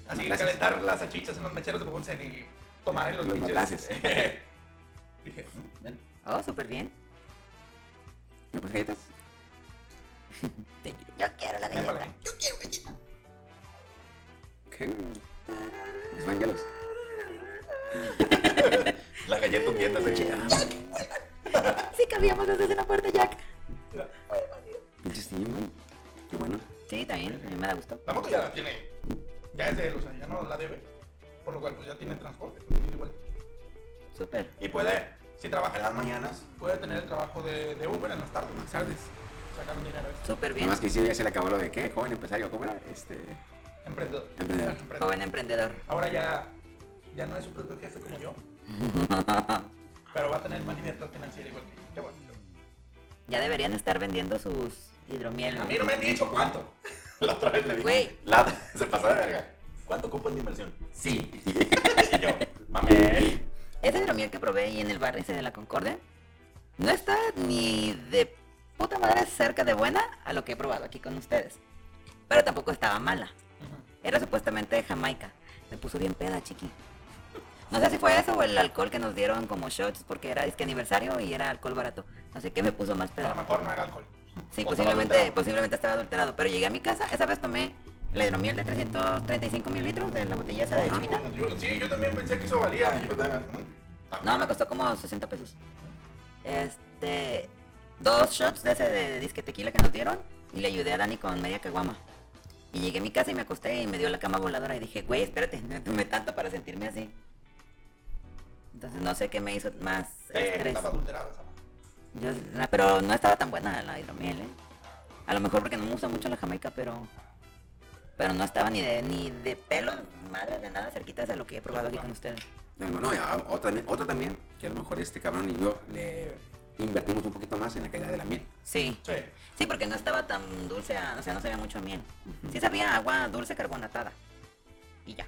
Speaker 12: Así,
Speaker 7: Matazos.
Speaker 12: calentar las salchichas en los mecheros de Ponce y tomar en los,
Speaker 7: Los
Speaker 12: pinches-
Speaker 7: matazos.
Speaker 12: dije, "Mm, ven".
Speaker 6: Oh, súper bien.
Speaker 7: ¿No, pues galletas?
Speaker 6: Yo quiero la galleta. Yo quiero galleta.
Speaker 7: ¿Qué? Los vangelos.
Speaker 12: La galleta hundiendo de chida.
Speaker 6: Sí, cabíamos los dos en la puerta, Jack.
Speaker 7: Pinche Steam, güey. Qué bueno. Sí, también, a mí me da gusto.
Speaker 13: La moto ya la tiene. Ya es de él, o sea, ya no la debe. Por lo cual, pues ya tiene transporte. pues, tiene igual.
Speaker 7: Súper.
Speaker 13: Y puede, si trabaja en las mañanas, puede tener el trabajo de, de Uber en las tardes, en las tardes. Sacar un dinero. extra.
Speaker 6: Nada más que sí, ya se le acabó lo de qué, joven empresario, ¿cómo era? Este.
Speaker 13: Emprendedor.
Speaker 6: Emprendedor.
Speaker 7: Joven emprendedor.
Speaker 13: Ahora ya, ya no es su propio jefe como yo, pero va a tener más libertad financiera igual que yo. Qué bueno.
Speaker 7: Ya deberían estar vendiendo sus hidromiel.
Speaker 13: A mí no me han dicho cuánto. La otra vez le dije.
Speaker 7: Güey.
Speaker 13: La se pasó de verga. ¿Cuánto ocupas de inversión? Sí. Y yo, mame.
Speaker 7: Esa hidromiel que probé ahí en el bar ese de la Concordia no está ni de puta madre cerca de buena a lo que he probado aquí con ustedes. Pero tampoco estaba mala. Era supuestamente de Jamaica. Me puso bien peda, chiqui. No sé si fue eso o el alcohol que nos dieron como shots porque era disque aniversario y era alcohol barato. No sé qué me puso más peda. A lo
Speaker 13: mejor no era alcohol. Pues
Speaker 7: Sí, posiblemente, posiblemente estaba adulterado. Pero llegué a mi casa, esa vez tomé la hidromiel de 335 mililitros de la botella esa de chiquita.
Speaker 13: Yo- sí, yo también pensé que eso valía. Yo, Ah. de-
Speaker 7: No, me costó como 60 pesos. Este. Dos shots de ese de disque tequila que nos dieron. Y le ayudé a Dani con media caguama. Y llegué a mi casa y me acosté y me dio la cama voladora. Y dije, güey, espérate, no tomé tanto para sentirme así. Entonces no sé qué me hizo más estrés.
Speaker 13: estaba adulterado esa.
Speaker 7: Yo- ah, pero no estaba tan buena la hidromiel, ¿eh? A lo mejor porque no me gusta mucho la jamaica, pero. Pero no estaba ni de, ni de pelo, madre de nada, cerquitas a lo que he probado aquí con ustedes.
Speaker 6: No, no, no, y a- otro, también- otro también, que a lo mejor este cabrón y yo le invertimos un poquito más en la calidad de la miel.
Speaker 7: Sí.
Speaker 13: sí.
Speaker 7: porque no estaba tan dulce, a- o sea, no sabía mucho a miel. Sí sabía agua dulce carbonatada. Y ya.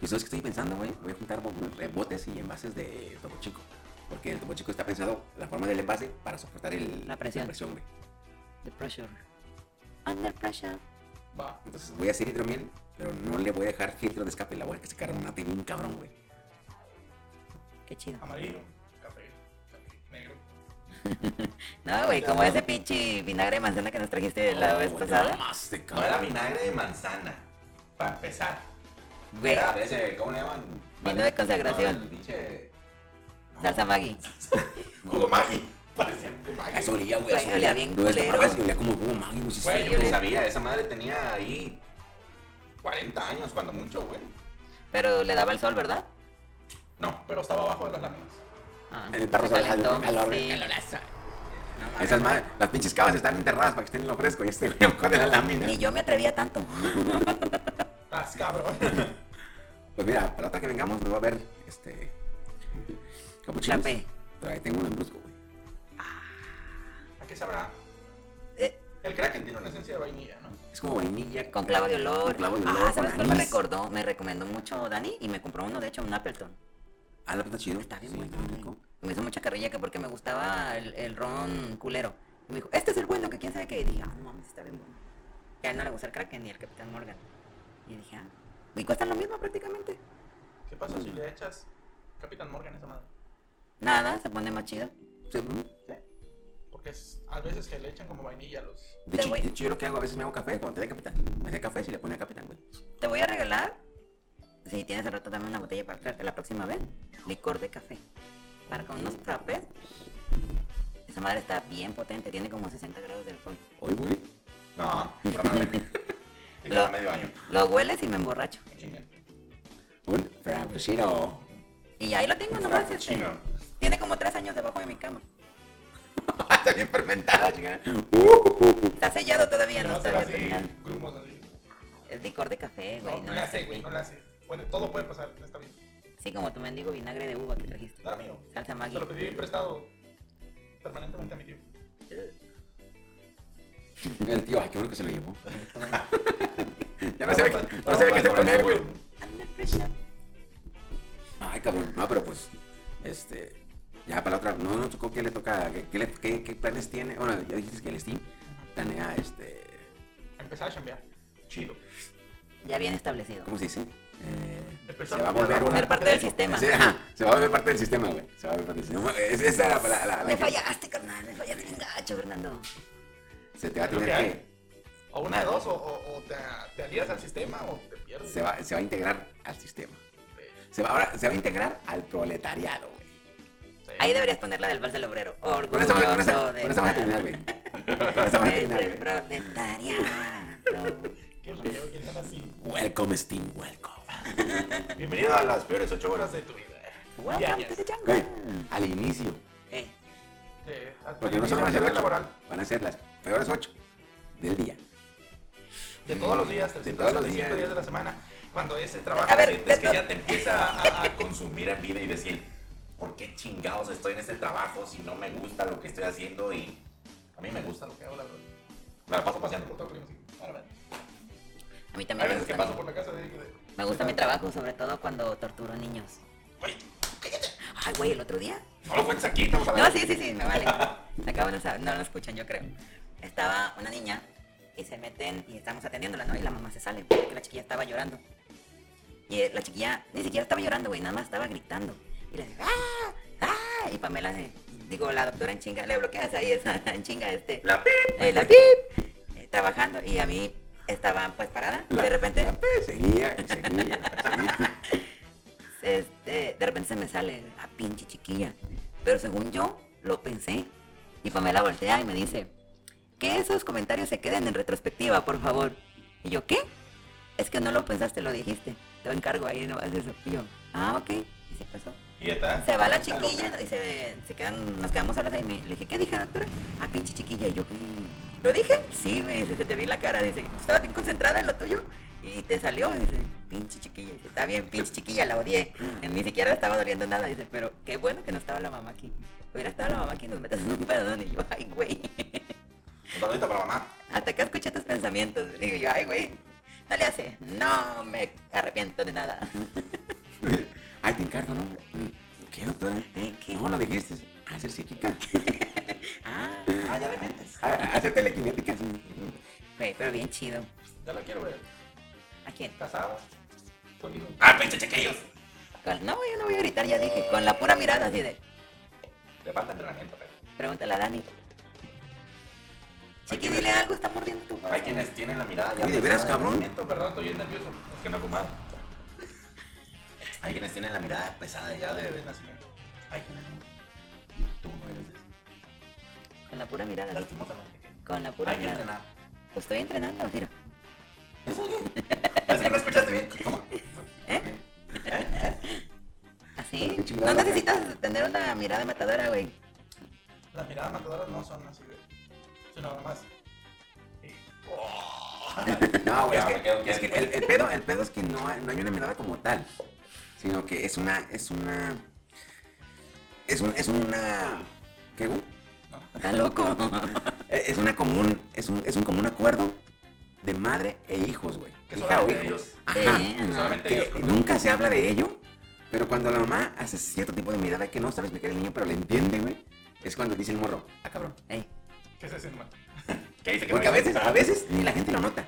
Speaker 6: ¿Y sabes qué estoy pensando, güey? Voy a juntar bo- rebotes y envases de Topo Chico. Porque el Topo Chico está pensado, la forma del envase, para soportar el, la presión, güey.
Speaker 7: The pressure. Under pressure.
Speaker 13: Va.
Speaker 6: Entonces voy a hacer hidromiel, pero no le voy a dejar filtro de escape. La voy a que se carbonate bien cabrón, güey.
Speaker 7: Qué chido.
Speaker 13: Amarillo, café, café, negro.
Speaker 7: No, güey, como ese pinche vinagre de manzana que nos trajiste la vez pasada.
Speaker 13: No era vinagre de manzana. Para empezar.
Speaker 7: Güey.
Speaker 13: Era de ese, ¿cómo le llaman?
Speaker 7: Vino de consagración.
Speaker 13: No, el pinche
Speaker 7: Salsa Maggi.
Speaker 6: Jugo Maggi. Eso olía, güey.
Speaker 7: Güey,
Speaker 6: Eso
Speaker 7: olía
Speaker 6: olía
Speaker 7: bien
Speaker 6: No, esta
Speaker 7: culero.
Speaker 6: madre se olía como Jugo Maggi, güey. sí,
Speaker 13: Güey,
Speaker 6: sí,
Speaker 13: yo
Speaker 6: güey.
Speaker 13: no sabía. Esa madre tenía ahí 40 años, cuando mucho, güey.
Speaker 7: Pero le daba el sol, ¿verdad? Ah,
Speaker 13: No, pero estaba abajo de las láminas.
Speaker 6: El perro se
Speaker 7: calentó,
Speaker 6: calentó, calor,
Speaker 7: sí.
Speaker 6: calorazo. Esas madres, las pinches cavas están enterradas para que estén en lo fresco y estén con la lámina.
Speaker 7: Ni yo me atrevía tanto.
Speaker 13: Estás cabrón.
Speaker 6: Pues mira, para otra que vengamos, me voy a ver este. Capuchinos.
Speaker 7: Chape.
Speaker 6: Pero ahí tengo un embrusco, güey.
Speaker 13: ¿A qué sabrá? El Kraken tiene una esencia de vainilla, ¿no?
Speaker 6: Es como vainilla.
Speaker 7: Eh. Con clavo de olor.
Speaker 6: Con clavo de olor.
Speaker 7: Ah, ¿sabes
Speaker 6: con
Speaker 7: cuál me
Speaker 6: anís.
Speaker 7: recordó? Me recomendó mucho Dani y me compró uno, de hecho, un Appleton.
Speaker 6: Ah, la plata chido. Está bien,
Speaker 7: Me hizo mucha carrilla que porque me gustaba el, el ron culero. Y me dijo, este es el bueno, que quién sabe qué. Y dije, ah, no mames, está bien bueno. Y a él no le gusta el Kraken ni el Capitán Morgan. Y dije, ah. Y cuestan lo mismo prácticamente.
Speaker 13: ¿Qué pasa si le echas Capitán Morgan a esa madre?
Speaker 7: Nada, se pone más chido.
Speaker 13: Porque es, a veces que le echan como vainilla a los.
Speaker 6: De hecho, de hecho, yo lo que hago a veces me hago café cuando te da capitán. Me hace café si le pone capitán, güey.
Speaker 7: Te voy a regalar, si tienes al rato también una botella para traerte la próxima vez, licor de café. Para con unos frappés. Esa madre está bien potente, tiene como 60 grados de alcohol.
Speaker 6: ¿Hoy, güey? Ah.
Speaker 13: No,
Speaker 7: lo, lo hueles y me emborracho.
Speaker 6: Un frappuccino.
Speaker 7: Y ahí lo tengo nomás. Este, tiene como 3 años debajo de mi cama.
Speaker 6: Está bien fermentado, chica.
Speaker 7: Está sellado todavía, no
Speaker 13: será
Speaker 7: está
Speaker 13: así,
Speaker 7: terminado.
Speaker 13: grumos así.
Speaker 7: Es licor de café,
Speaker 13: No,
Speaker 7: güey.
Speaker 13: no
Speaker 7: No,
Speaker 13: le
Speaker 7: lo
Speaker 13: hace,
Speaker 7: sé,
Speaker 13: güey,
Speaker 7: güey.
Speaker 13: no le hace. Bueno, todo puede pasar, está bien.
Speaker 7: Sí, como tu mendigo vinagre de uva que trajiste.
Speaker 13: Nada mío.
Speaker 7: Salsa Maggi.
Speaker 13: Se lo pedí prestado permanentemente a mi tío.
Speaker 6: El tío, ay, qué bueno que se lo llevó. ya no sabía qué no sabía qué hacer con él, güey. Ay, cabrón. No, pero pues, este. Ya para la otra, no nos tocó qué le toca, qué, qué, le- qué- qué planes tiene. Bueno, ya dijiste que el Steam planea este.
Speaker 13: Empezar a chambear. Chido.
Speaker 7: Ya bien establecido.
Speaker 6: ¿Cómo se dice? Eh, se
Speaker 13: Empezar
Speaker 6: va a
Speaker 13: a
Speaker 6: volver
Speaker 13: volver
Speaker 6: una-
Speaker 7: parte del sistema.
Speaker 6: Sí, ajá, se va a volver parte del sistema, güey. Se va a volver parte del sistema. Es- Esa era la, la, la
Speaker 7: Me
Speaker 6: que
Speaker 7: fallaste, carnal. Me fallaste en gacho, Fernando.
Speaker 6: se te va a
Speaker 13: Es lo
Speaker 6: tener
Speaker 13: que hay.
Speaker 6: que.
Speaker 13: O una de dos, o, o- o te, te alías al sistema o te pierdes.
Speaker 6: Se va, se va a integrar al sistema. Se va, ahora, se va a integrar al proletariado, güey.
Speaker 7: Ahí deberías poner la del vals del obrero.
Speaker 6: Con eso, con eso-
Speaker 7: Orgulloso de
Speaker 6: con eso vamos a terminar, güey. Con eso vamos a terminar, güey.
Speaker 7: proletaria.
Speaker 13: Qué rollo, ¿quién está así?
Speaker 7: Welcome, Steam, welcome.
Speaker 13: Bienvenido a las peores ocho horas de tu vida.
Speaker 7: Welcome to the jungle. Eh. Al inicio.
Speaker 13: Te-
Speaker 7: Porque no solo van a ser las laboral, van a ser las peores ocho del día.
Speaker 13: De todos los días,
Speaker 7: De todos los
Speaker 13: 365
Speaker 7: días.
Speaker 13: días. de la semana, cuando ese trabajo sientes que ya te empieza a, a consumir en vida y decir,
Speaker 7: ¿Por qué chingados estoy en este trabajo si no me gusta lo que estoy haciendo y a mí me gusta lo que hago, la verdad? Me la paso paseando por todo el
Speaker 14: A mí también me
Speaker 13: que
Speaker 14: gusta.
Speaker 13: paso por la casa de...
Speaker 14: Me gusta mi trabajo, sobre todo cuando torturo niños. Ay, güey, el otro día.
Speaker 7: No lo cuentes aquí, estamos
Speaker 14: No, sí, sí, sí, me vale. Acabo de saber, no lo escuchan, yo creo. Estaba una niña y se meten y estamos atendiéndola, ¿no? Y la mamá se sale porque la chiquilla estaba llorando. Y eh, la chiquilla ni siquiera estaba llorando, güey, nada más estaba gritando. Y le dice, ¡ah! ¡ah! Y Pamela, se- digo, la doctora en chinga, le bloqueas ahí esa en chinga este. ¡La pip! ¡La pip! Eh, trabajando y a mí estaba pues parada. y de repente.
Speaker 7: Seguía, seguía.
Speaker 14: Este, de repente se me sale la pinche chiquilla. Pero según yo, lo pensé. Y Pamela voltea y me dice, que esos comentarios se queden en retrospectiva, por favor. Y yo, ¿qué? Es que no lo pensaste, lo dijiste. Te encargo ahí, no haces eso. Y yo, ah, ok. Y se pasó.
Speaker 13: Y está.
Speaker 14: Se va la chiquilla y se, se quedan, nos quedamos solas ahí. Me- Le dije, ¿qué dije, doctora? Ah, pinche chiquilla. Y yo, "Mm, ¿lo dije? Sí, me dice, se te vi la cara. Dice, estaba bien concentrada en lo tuyo y te salió. Dice, pinche chiquilla. Dice, está bien, pinche chiquilla, la odié. Ni siquiera estaba doliendo nada. Dice, pero qué bueno que no estaba la mamá aquí. Hubiera estado la mamá aquí, nos metes en un perdón. Y yo, ay, güey.
Speaker 7: Un saludito para mamá.
Speaker 14: Hasta que escuché tus pensamientos. Digo yo, ay, güey. No le hace. No me arrepiento de nada.
Speaker 7: Ay, te encargo, ¿no? Mm, ¿Qué, doctora? ¿Qué? No, lo dijiste. A ser psíquica.
Speaker 14: Ah,
Speaker 7: ah, ya A hacer telequinética.
Speaker 14: Güey, pero bien chido.
Speaker 13: Ya la quiero ver.
Speaker 14: ¿A quién?
Speaker 13: Casada. Conmigo.
Speaker 7: ¡Ah, pinche chequeos!
Speaker 14: Con- No, yo no voy a gritar, ya dije, con la pura mirada así de.
Speaker 13: Te falta entrenamiento, pero.
Speaker 14: Pregúntale a Dani. Chiqui, dile algo, está mordiendo tu
Speaker 13: Hay quienes tienen la mirada ya.
Speaker 7: Oye, ¿de veras,
Speaker 13: pesada
Speaker 7: cabrón?
Speaker 13: movimiento, Perdón, estoy bien nervioso. Es que no he fumado.
Speaker 7: Hay quienes tienen la mirada pesada ya de, de nacimiento. Hay quienes no. Tú no eres de eso.
Speaker 14: Con la pura mirada.
Speaker 7: Lastimosamente.
Speaker 14: Con la pura
Speaker 7: Hay que
Speaker 14: mirada.
Speaker 7: entrenar.
Speaker 14: Pues estoy entrenando, tira.
Speaker 7: Es que no escuchaste bien. ¿Cómo?
Speaker 14: ¿Así? No necesitas tener una mirada matadora, güey.
Speaker 13: Las miradas matadoras no son así, güey. Sino nomás.
Speaker 7: No, güey, es que, es que el, el pedo, el pedo es que no hay, no hay una mirada como tal, sino que es una, es una, es un, es una, ¿qué, güey?
Speaker 14: Está loco.
Speaker 7: Es es una común, es un, es un común acuerdo de madre e hijos, güey.
Speaker 13: Que
Speaker 7: Hija o
Speaker 13: solamente
Speaker 7: hijo.
Speaker 13: ellos.
Speaker 7: Ajá.
Speaker 13: Sí, Que solamente
Speaker 7: Que
Speaker 13: ellos.
Speaker 7: nunca se habla de ello, pero cuando la mamá hace cierto tipo de mirada que no sabe explicar el niño, pero le entiende, güey, es cuando dice el morro, ah, cabrón.
Speaker 13: ¿Qué se hace, hermano?
Speaker 7: Porque a veces, a veces ni la gente lo nota.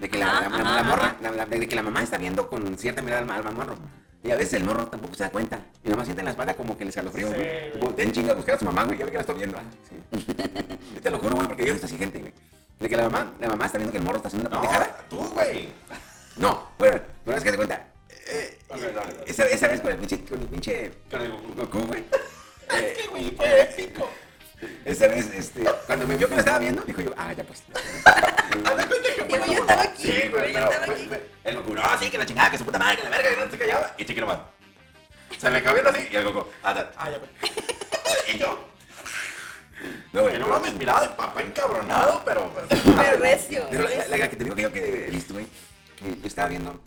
Speaker 7: De que la, la-
Speaker 13: Ajá,
Speaker 7: la-
Speaker 13: ajá,
Speaker 7: la morra, la- la- de que la mamá está viendo con cierta mirada al, al morro. Y a veces el morro tampoco se da cuenta. Y nomás siente en la espalda como que le escalofrío,
Speaker 13: Sí,
Speaker 7: güey. Como, ten chinga a buscar a su mamá, güey, ya ve que la está viendo. Ah, sí. Yo te lo juro, güey, porque yo he visto así gente, güey. De que la mamá, la mamá está viendo que el morro está haciendo una pendejada.
Speaker 13: Tú, güey.
Speaker 7: No, bueno, pero es que te cuenta. Eh, esa, esa vez con el pinche, con el pinche Goku, güey. Eh, Es que, güey, pues, fue épico. Esa vez, este, cuando me vio que lo estaba viendo, dijo yo, ah, ya pues.
Speaker 14: Digo, yo estaba aquí.
Speaker 7: Sí, güey, pero, pues, güey, el Goku, no, sí, que la chingada, que su puta madre, que la verga, que no se callaba. Y chiquito más. Se me acabó viendo así, y el Goku, ah, da- ah, ya pues. Y yo. No, güey, no mames, mirada de papá encabronado, pero. pues,
Speaker 14: Pero recio.
Speaker 7: Pero la, la- la que te digo que yo que he visto, güey, que yo estaba viendo.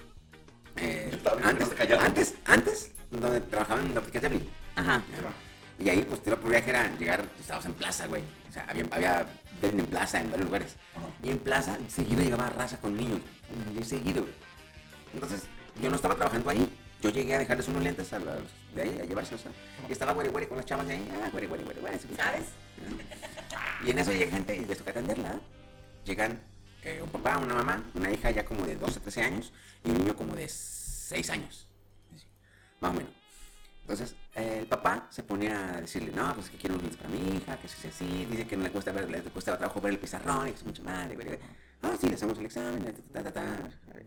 Speaker 7: eh, antes, antes, antes, donde trabajaba en la óptica Zeppelin.
Speaker 14: Ajá.
Speaker 7: Y ahí, pues, te lo podía que era llegar, pues, estábamos en plaza, güey. O sea, había, había venden en plaza en varios lugares. Y en plaza, seguido llegaba raza con niños. Y seguido, güey. Entonces, yo no estaba trabajando ahí. Yo llegué a dejarles unos lentes a los de ahí, a llevárselos. a- Y estaba güere, güere con las chavas de ahí. Ah, güere, güere, güere, güere. ¿Sabes? Y en eso llega gente y les toca atenderla. ¿eh? Llegan eh, un papá, una mamá, una hija ya como de 12, 13 años y un niño como de 6 años. Más o menos. Entonces, eh, el papá se ponía a decirle, no, pues que quiero un lente para mi hija, que se así, dice que no le cuesta, ver, le cuesta trabajo ver el pizarrón, y que es mucho madre, güey. Ah, sí, le hacemos el examen, ta, ta, ta, ta, ta. Le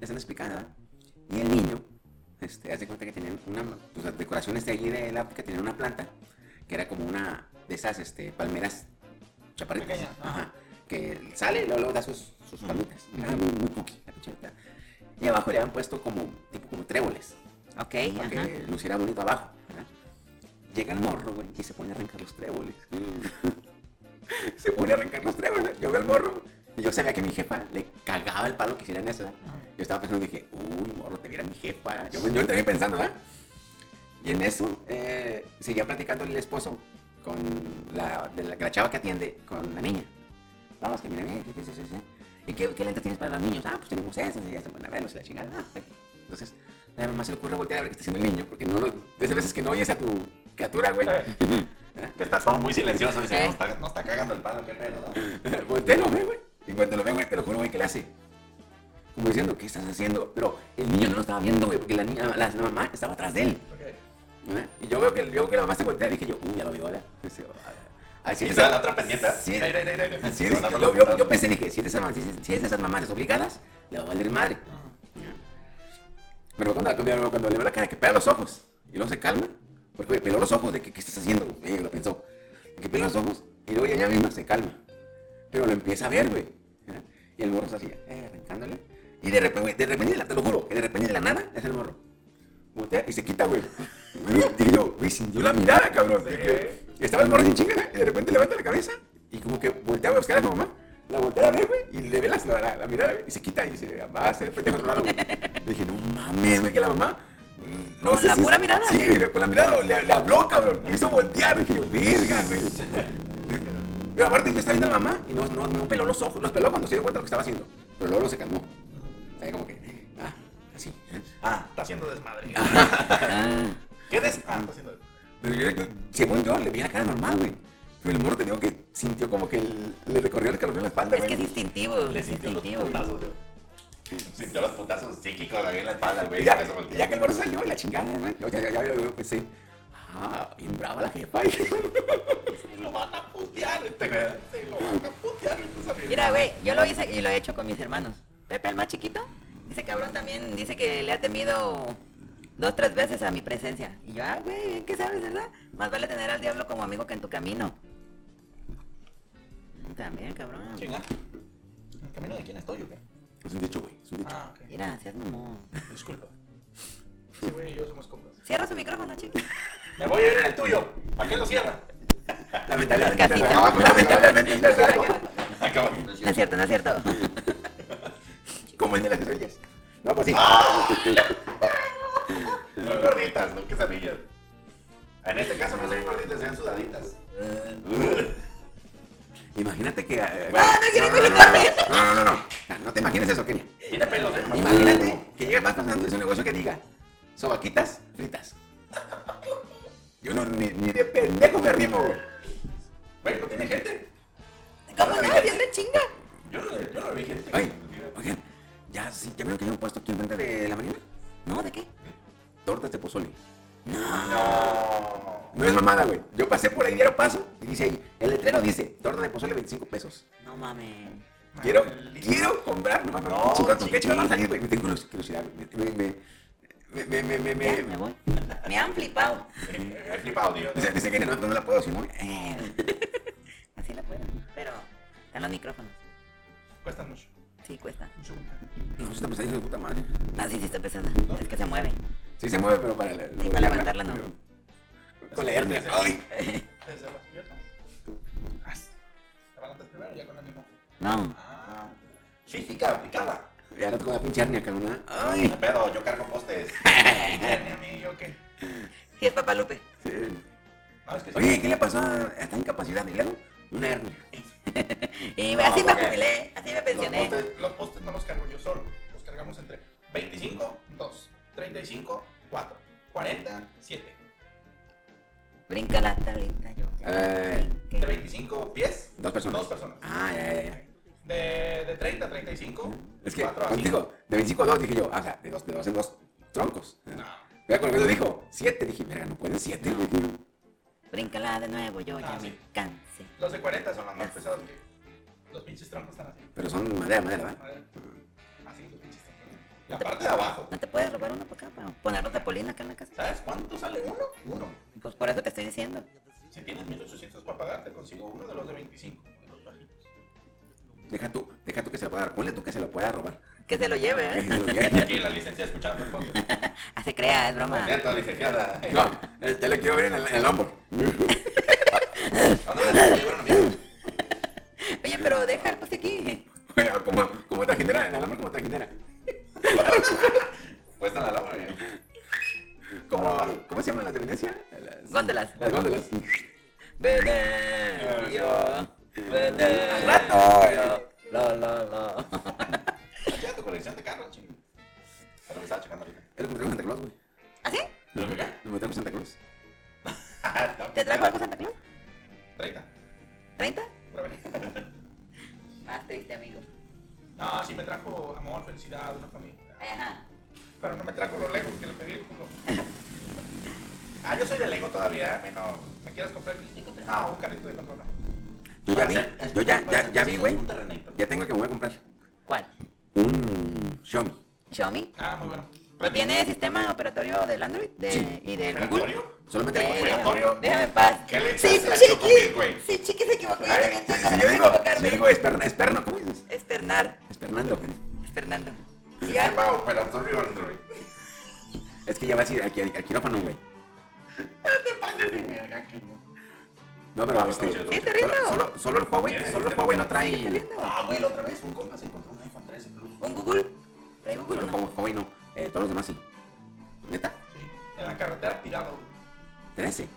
Speaker 7: están explicando, ¿verdad? Y el niño, este, hace cuenta que tenían una, pues las decoraciones de allí de la, que tenían una planta, que era como una de esas, este, palmeras chaparritas. Ajá. que sale y luego, luego da sus, sus palmitas. Ah, muy, muy cookie, la pinche neta. Y abajo le han puesto como, tipo como tréboles.
Speaker 14: Ok,
Speaker 7: Para que
Speaker 14: ajá.
Speaker 7: luciera bonito abajo. ¿verdad? Llega el morro, güey, y se pone a arrancar los tréboles. se pone a arrancar los tréboles. Yo veo al morro. Y yo sabía que mi jefa le cagaba el palo que hicieran eso. ¿verdad? Yo estaba pensando, dije, uy, morro, te viera mi jefa. Yo, yo también pensando, ¿verdad? Y en eso eh, seguía platicando el esposo con la, de la, la chava que atiende con la niña. Vamos, que mira, bien, sí, sí, sí, sí. ¿Y qué, qué lente tienes para los niños? Ah, pues tenemos esas y ya se van a verlos y la chingada. Ah, ok. Entonces, nada más se le ocurre voltear a ver qué está haciendo el niño, porque no lo, desde veces que no oyes a tu criatura, güey. Eh, Que estás todo muy silencioso, dice, no está, no está cagando el palo, qué pedo, ¿no? Voltelo, güey, güey. Y cuando lo ve, güey, te lo juro, güey, que le hace. Como diciendo, ¿qué estás haciendo? Pero el niño no lo estaba viendo, güey, porque la niña, la, la mamá estaba atrás de él. ¿verdad? ¿Eh? Y yo veo que, yo veo que la mamá se voltea y dije yo, uy, ya lo vio ahora. Dice, "Ah,
Speaker 13: Y
Speaker 7: Así
Speaker 13: estaba la otra pendiente.
Speaker 7: Sí,
Speaker 13: Ahí, ahí, ahí, ahí.
Speaker 7: así es. Yo, yo- yo pensé, dije, si es de esas, si es- si es de esas mamás obligadas, le va a valer madre. Pero cuando, cuando, cuando le veo la cara que pega los ojos y luego se calma, porque peló los ojos de que, ¿qué estás haciendo? güey? Ella lo pensó. Que pela los ojos y luego ella misma se calma. Pero lo empieza a ver, güey. ¿Eh? Y el morro se hacía, eh, arrancándole. Y de repente, güey, de repente, te lo juro, que de repente de la nada, es el morro. Voltea y se quita, güey. Güey, Dije yo, güey, sintió la mirada, cabrón. Dije, Estaba el morro sin chinga, y de repente levanta la cabeza y como que voltea a buscar a su mamá. La voltea a ver, güey, y le ve la, la, la mirada, güey, y se quita y dice, va a ser pendejo raro, güey. Dije, no mames, güey, que la mamá. mm, No
Speaker 14: Con
Speaker 7: sé
Speaker 14: la
Speaker 7: si-
Speaker 14: pura mirada. ¿eh?
Speaker 7: Sí, güey, con la mirada le, le habló, cabrón. Le hizo voltear, dije, yo, verga, güey. Pero aparte, me está viendo la mamá y no, no, no peló los ojos. Los peló cuando se dio cuenta de lo que estaba haciendo. Pero luego se calmó. Ahí como que, ah, así. Ah,
Speaker 13: Está haciendo desmadre.
Speaker 7: ¿Qué des? Ah, está haciendo Según yo, le vi la cara normal, güey. Pero el morro te digo que sintió como que el- le recorrió el calor en la espalda, güey. Es que es
Speaker 14: instintivo,
Speaker 7: Le sintió los putazos, güey.
Speaker 13: Sintió los putazos psíquicos ahí en la espalda,
Speaker 7: Y
Speaker 13: güey.
Speaker 7: Ya, y ya que el morro salió, la chingada, güey. Yo ya, ya, ya, yo pensé, ah, bien brava la jefa.
Speaker 13: Lo van a putear, este güey. Sí, lo van a putear.
Speaker 14: Mira, güey, yo lo hice y lo he hecho con mis hermanos. Pepe, el más chiquito, ese cabrón también dice que le ha temido dos, tres veces a mi presencia. Y yo, ah, güey, ¿qué sabes, verdad? Más vale tener al diablo como amigo que en tu camino. También, cabrón.
Speaker 13: Chinga. ¿El camino de quién es tuyo, güey?
Speaker 7: Es un dicho, güey. Es un dicho.
Speaker 13: Ah, ok.
Speaker 14: Mira, seas mamón.
Speaker 13: Disculpa. Sí, güey, y yo somos compas.
Speaker 14: Cierra su micrófono, chico.
Speaker 13: Me voy a ir en el tuyo. ¿Para qué lo cierra?
Speaker 14: Casi no.
Speaker 7: Lamentablemente, no,
Speaker 14: No es cierto, no es cierto.
Speaker 7: Como el de las estrellas. No, pues sí.
Speaker 13: No gorditas, no quesadillas. En este caso no sean gorditas, sean sudaditas.
Speaker 7: Eh, Imagínate que. eh,
Speaker 14: Ah,
Speaker 13: no, no,
Speaker 7: No, no, no, no. No te imagines eso, Kenia.
Speaker 13: Tiene pelos, ¿eh?
Speaker 7: Imagínate que llegas más pasando es un negocio que diga sobaquitas fritas. Yo no, ni, ni de pendejo me arrimo, güey.
Speaker 13: Güey, no tiene gente.
Speaker 14: ¿Cómo no? Dios me chinga.
Speaker 13: Yo no, yo no vi gente.
Speaker 7: Ay, oigan, ya, sí, ya vieron que hay un puesto aquí enfrente de la mañana.
Speaker 14: ¿No? ¿De qué?
Speaker 7: Tortas de pozole. No. No es mamada, güey. Yo pasé por ahí, dieron paso y dice ahí, el letrero dice, torta de pozole 25 pesos.
Speaker 14: No mames.
Speaker 7: Quiero, quiero comprar. No, no, no. ¿Con qué chingada van a salir, güey? Me tengo curiosidad, güey. Me, me, me, me, me, me, me, me
Speaker 14: voy. Me han flipado.
Speaker 7: Me he flipado, tío. Dice, dice que no, no la puedo, si no. eh.
Speaker 14: Así la puedo, pero en los micrófonos.
Speaker 13: Cuesta mucho.
Speaker 14: Sí, cuesta.
Speaker 7: No, se está pasando pues de puta madre.
Speaker 14: Ah, sí, sí, está empezando. Es que se mueve.
Speaker 7: Sí, se mueve, pero para. la-
Speaker 14: Sí, para levantarla no.
Speaker 7: Con la hernia. Ay.
Speaker 13: Desde las piernas. Te van antes primero ya con Ah. ánimo.
Speaker 7: No.
Speaker 13: Física aplicada.
Speaker 7: Ya no tengo la pinche hernia, cabrón. Ay.
Speaker 13: No pedo, yo cargo postes. Hernia, mi, yo qué.
Speaker 14: Sí, es papá Lupe.
Speaker 13: No, es que sí.
Speaker 7: Oye, ¿qué le pasó a esta incapacidad de lado? Una hernia.
Speaker 14: Y
Speaker 13: No,
Speaker 14: así me
Speaker 13: porque
Speaker 14: jubilé, así me pensioné.
Speaker 13: Los postes, los postes no los cargo yo solo. Los cargamos entre 25, 2, 35, 4, 40, 7.
Speaker 14: Brinca la tablita yo.
Speaker 7: Eh,
Speaker 13: De 25 pies.
Speaker 7: Dos personas.
Speaker 13: Dos personas.
Speaker 7: Ah, ya, ya, ya.
Speaker 13: De, de 30 a 35.
Speaker 7: Es que, contigo, de 25 a 2, dije yo, o sea, de 2 de dos en dos troncos. No. Mira, con lo que lo dijo, 7, dije, mira, no pueden 7, güey.
Speaker 14: Bríncala de nuevo, yo ya me cansé.
Speaker 13: Los de 40 son los más pesados que. Los pinches troncos están así.
Speaker 7: Pero son madera, madera, ¿verdad?
Speaker 13: Madera. Así los pinches troncos.
Speaker 14: La
Speaker 13: parte de abajo.
Speaker 14: ¿No te puedes robar uno para acá para ponerlos de polina acá en la casa?
Speaker 13: ¿Sabes cuánto sale uno? Uno.
Speaker 14: Pues por eso te estoy diciendo.
Speaker 13: Si tienes 1800 para pagar, te consigo uno de los de 25. de los bajitos.
Speaker 7: Deja tú, deja tú que se lo pueda dar. Ponle tú que se lo pueda robar.
Speaker 14: Que se lo lleve, ¿eh?
Speaker 7: Que se lo lleve.
Speaker 13: Aquí la licencia escuchando.
Speaker 14: Ah, se crea, es broma.
Speaker 7: Cierto, licenciada. No, eh, te lo quiero ver en el, en el hombro.
Speaker 13: Ah,
Speaker 14: Oye, pero deja el pase aquí.
Speaker 7: Bueno, como, como trajinera, en el hombro como trajinera. Puesta en el hombro. eh. Como, ¿Cómo se llaman las de Venecia? Las
Speaker 14: góndolas.
Speaker 7: Las góndolas.
Speaker 14: Venecio,
Speaker 7: Al
Speaker 14: Venecio.
Speaker 7: rato.
Speaker 14: La, la, la.
Speaker 13: Ya tu colección de carros, chingo. Pero me estaba checando ahorita.
Speaker 7: Era como trajo Santa Claus, güey.
Speaker 14: ¿Ah, sí?
Speaker 7: ¿Lo que acá? Lo trajo Santa Claus.
Speaker 14: ¿Te trajo algo Santa Claus?
Speaker 13: 30.
Speaker 14: ¿30? Más triste, amigo.
Speaker 13: No, sí me trajo amor, felicidad, una familia.
Speaker 14: Ajá.
Speaker 13: Pero no me trajo los legos que le pedí, culo. Ah, yo soy de Lego todavía, ¿eh? no. ¿Me quieres comprar? Ah, un carrito de consola.
Speaker 7: Yo ya vi, yo ya, ya, ya vi, güey. Ya tengo el que me voy a comprar.
Speaker 14: ¿Cuál?
Speaker 7: Un Xiaomi.
Speaker 14: ¿Xiaomi?
Speaker 13: Ah, muy bueno.
Speaker 14: ¿Pero tiene sistema operatorio del Android de- y del Google?
Speaker 7: Solamente
Speaker 14: Eh,
Speaker 7: le
Speaker 14: déjame- Déjame en paz.
Speaker 7: ¿Qué le
Speaker 14: sí,
Speaker 7: echas a Chocomil,
Speaker 14: chiqui.
Speaker 7: güey?
Speaker 14: Sí, chiqui se equivocó. Yo también
Speaker 7: Si yo digo, si yo digo esperna, esperno, ¿cómo dices?
Speaker 14: Externar.
Speaker 7: Espernando.
Speaker 14: Fernando.
Speaker 7: Sistema operatorio Android. Es que ya vas a ir al, qui- al quirófano, güey. No,
Speaker 13: Ah,
Speaker 7: pero este, solo, solo, solo el Huawei, solo el Huawei no trae.
Speaker 13: Ah, güey, la otra vez un compa se encontró un iPhone 13 Plus.
Speaker 14: ¿Un Google? ¿Trae
Speaker 7: Solo
Speaker 14: Google?
Speaker 7: el Huawei- Huawei no. Eh, todos los demás sí. Neta,
Speaker 13: En la carretera tirado.
Speaker 7: 13.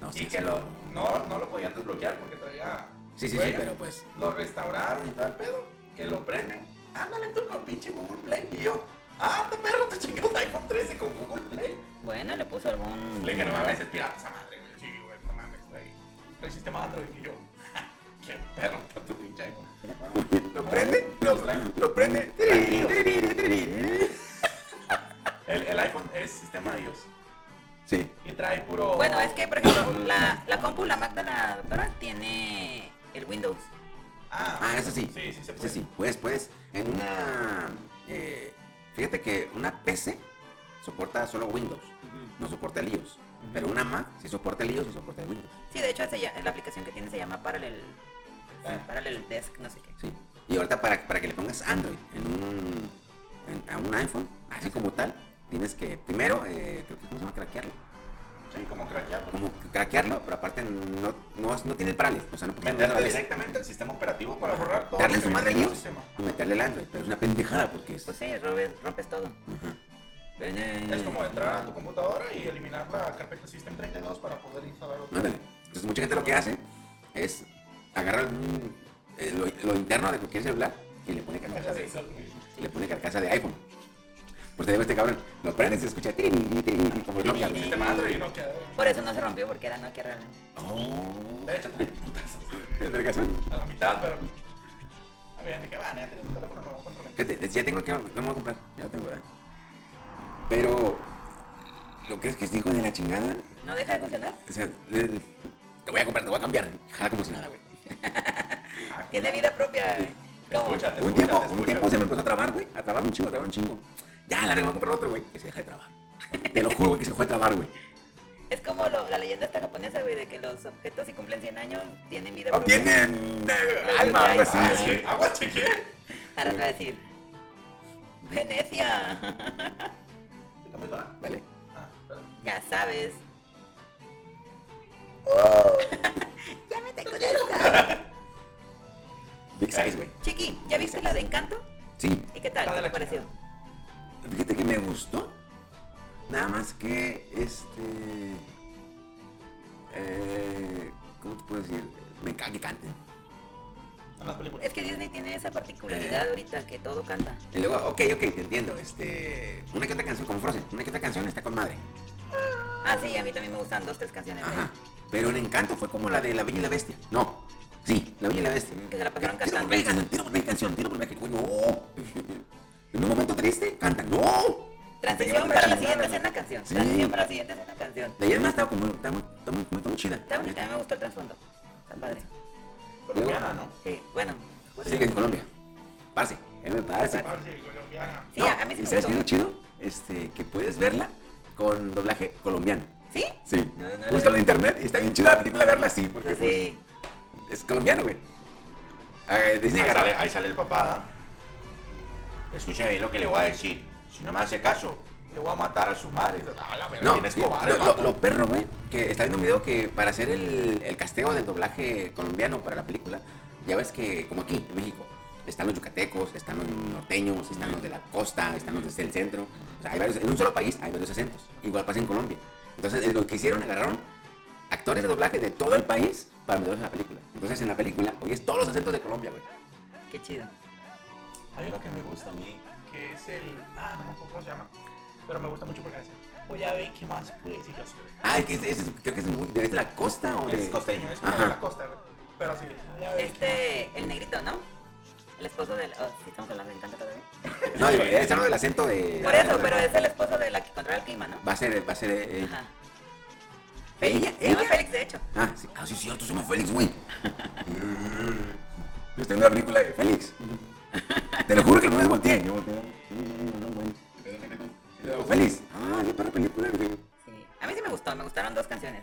Speaker 13: No, y que lo, no, no lo podían desbloquear porque traía.
Speaker 7: Sí, sí, sí,
Speaker 13: huella.
Speaker 7: pero pues-
Speaker 13: Lo restauraron y tal pedo. Que lo prenden. Ándale tú con pinche Google Play. Y yo, ah, te perro, te chingué un iPhone 13 con Google Play.
Speaker 14: Bueno, le puso algún.
Speaker 13: Le dije, no mames, es pirata esa madre, güey. Sí, güey, no mames, güey. El sistema Android y yo. Qué perro, está tu pinche iPhone.
Speaker 7: Lo prende, lo, lo prende.
Speaker 13: El, el iPhone es sistema iOS.
Speaker 7: Sí.
Speaker 13: Y trae puro.
Speaker 14: Bueno, es que, por ejemplo, la, la compu, la Mac de la doctora, tiene el Windows.
Speaker 7: Ah, eso sí. Sí, sí, sí. Pues, pues, en una. eh, fíjate que una PC soporta solo Windows, no soporta el iOS. Pero una Mac sí soporta el iOS y soporta el Windows.
Speaker 14: Sí, de hecho, se llama- la aplicación que tiene se llama Parallel, Parallel Desk, no sé qué.
Speaker 7: Ah. Sí. Y ahorita para, para que le pongas Android en un, en- a un iPhone, así como tal, tienes que primero, eh, creo que ¿cómo se llama? Craquearlo.
Speaker 13: Sí, como craquearlo.
Speaker 7: Como craquearlo, pero aparte no, no, no tiene el paralel. O sea, no puedes
Speaker 13: Meterte
Speaker 7: meterle la vez.
Speaker 13: directamente al sistema operativo para borrar todo.
Speaker 7: Darle
Speaker 13: lo que
Speaker 7: su madre al
Speaker 13: viene en el
Speaker 7: iOS
Speaker 13: sistema.
Speaker 7: y meterle el Android. Pero es una pendejada porque es.
Speaker 14: Pues sí, rompes, rompes todo. eh,
Speaker 13: Es como entrar a tu computadora y eliminar la carpeta System 32 para poder instalar otro.
Speaker 7: Ándale. Entonces pues mucha gente lo que hace es agarrar un- eh, lo, lo interno de cualquier celular y le pone carcasa de, le pone carcasa de iPhone. Pues te digo este cabrón, lo prendes y se escucha tin, tin, tin, como el Nokia. güey.
Speaker 13: este
Speaker 14: Por eso no se rompió, porque era Nokia realmente.
Speaker 7: Oh.
Speaker 13: De hecho, también putazo.
Speaker 7: El del cazón.
Speaker 13: A la mitad, pero. A ver, ¿de qué van? Ya tengo un teléfono nuevo, control.
Speaker 7: Fíjate, ya tengo que, no me voy a comprar, ya lo tengo, ¿verdad? Pero, ¿lo crees que es hijo de la chingada?
Speaker 14: ¿No deja de funcionar?
Speaker 7: O sea, le- te voy a comprar, te voy a cambiar. Jala como si nada, güey.
Speaker 14: Tiene vida propia.
Speaker 7: un tiempo, un tiempo se me empezó a trabar, güey. A trabar un chingo, a trabar un chingo. Ya, la verga, voy a comprar otro, güey. Que se deja de trabar. Te lo juro, güey, que se fue a trabar, güey.
Speaker 14: Es como lo- la leyenda esta japonesa, güey, de que los objetos si cumplen 100 años tienen vida propia.
Speaker 7: Obtienen eh, alma, algo así. así.
Speaker 13: Agua, cheque.
Speaker 14: Ahora te voy a decir. Venecia.
Speaker 7: Vale.
Speaker 13: Ah,
Speaker 14: Ya sabes. ya me tengo ya
Speaker 7: Big size, güey.
Speaker 14: Chiqui, ¿ya viste la de Encanto?
Speaker 7: Sí,
Speaker 14: ¿Y qué tal? ¿Qué te pareció?
Speaker 7: fíjate que me gustó. Nada más que, este... Eh, ¿Cómo te puedo decir? Me encanta que canten.
Speaker 14: Es que Disney tiene esa particularidad
Speaker 13: Eh.
Speaker 14: ahorita que todo canta.
Speaker 7: Y luego, ok, ok, te entiendo. Este, una que otra canción, como Frozen, una que otra canción está con madre.
Speaker 14: Ah, sí, a mí también me gustan dos, tres canciones. de-
Speaker 7: Ajá. Pero en Encanto fue como la de La Bella y la Bestia. No. Sí, La Bella y la Bestia.
Speaker 14: Que se la pasaron
Speaker 7: Tira
Speaker 14: cantando.
Speaker 7: por ver canción, tira por ver canción, tira por ver canción. No. En un momento triste, canta. No.
Speaker 14: Transición para la siguiente escena canción.
Speaker 7: Sí.
Speaker 14: Transición para la siguiente escena canción.
Speaker 7: La idea más estaba como, está muy, está muy, está muy chida.
Speaker 14: Está bonita, a mí me gustó el trasfondo. Está padre.
Speaker 7: Colombiana, ¿no?
Speaker 14: Sí, bueno.
Speaker 7: Sí, que en Colombia. Pase, eh, me parece.
Speaker 14: Sí, a a mí sí
Speaker 7: ¿Y
Speaker 14: me gustó.
Speaker 7: sabes qué es lo chido? Este, que puedes verla con doblaje colombiano.
Speaker 14: ¿Sí?
Speaker 7: Sí.
Speaker 14: No, no, no.
Speaker 7: pues, Búscalo en internet y está bien chida la película verla así. Porque
Speaker 14: Sí.
Speaker 7: pues, es colombiano, güey.
Speaker 14: Ah,
Speaker 7: dice
Speaker 13: ahí,
Speaker 7: Garra-
Speaker 13: sale, ahí sale el papá. ¿eh?
Speaker 7: Escucha bien lo que le voy a decir. Si no me hace caso,
Speaker 13: Le voy a matar a su madre. A la verga,
Speaker 7: No,
Speaker 13: bien cobarde,
Speaker 7: lo, lo-
Speaker 13: vato.
Speaker 7: lo perro, güey, que está viendo un video que para hacer el, el casteo del doblaje colombiano para la película, ya ves que, como aquí, en México, están los yucatecos, están los norteños, están los de la costa, están los del centro. O sea, hay varios, en un solo país hay varios acentos. Igual pasa en Colombia. Entonces, eh, lo que hicieron, agarraron actores de doblaje de todo el país para meterlos en la película. Entonces, en la película, oyes todos los acentos de Colombia, güey.
Speaker 14: Qué chido.
Speaker 13: Hay uno que me gusta a mí, que es el. Ah, no me acuerdo cómo se llama. Pero me gusta mucho porque dice: Voy a ver qué más puedes y yo sí.
Speaker 7: Ah, es que es- es- creo que es muy, de la costa o de...
Speaker 13: Es costeño, es como
Speaker 7: Ajá.
Speaker 13: de la costa, güey. Pero sí.
Speaker 14: Este, el negrito, ¿no? El esposo del. Oh, sí, estamos hablando de Encanto todavía.
Speaker 7: No, digo, ya está lo del acento de...
Speaker 14: Por eso, pero es el esposo de la que controla el clima, ¿no?
Speaker 7: Va a ser, va a ser... eh,
Speaker 14: Ajá.
Speaker 7: Ella,
Speaker 14: Se llama Félix, de hecho.
Speaker 7: Ah, sí, ah, sí, sí, tú somos Félix, güey. Yo estoy en una película de Félix. Te lo juro que no me volteé. Yo volteé. Pero Félix. Ah, qué perra película, güey.
Speaker 14: A mí sí me gustó, me gustaron dos canciones.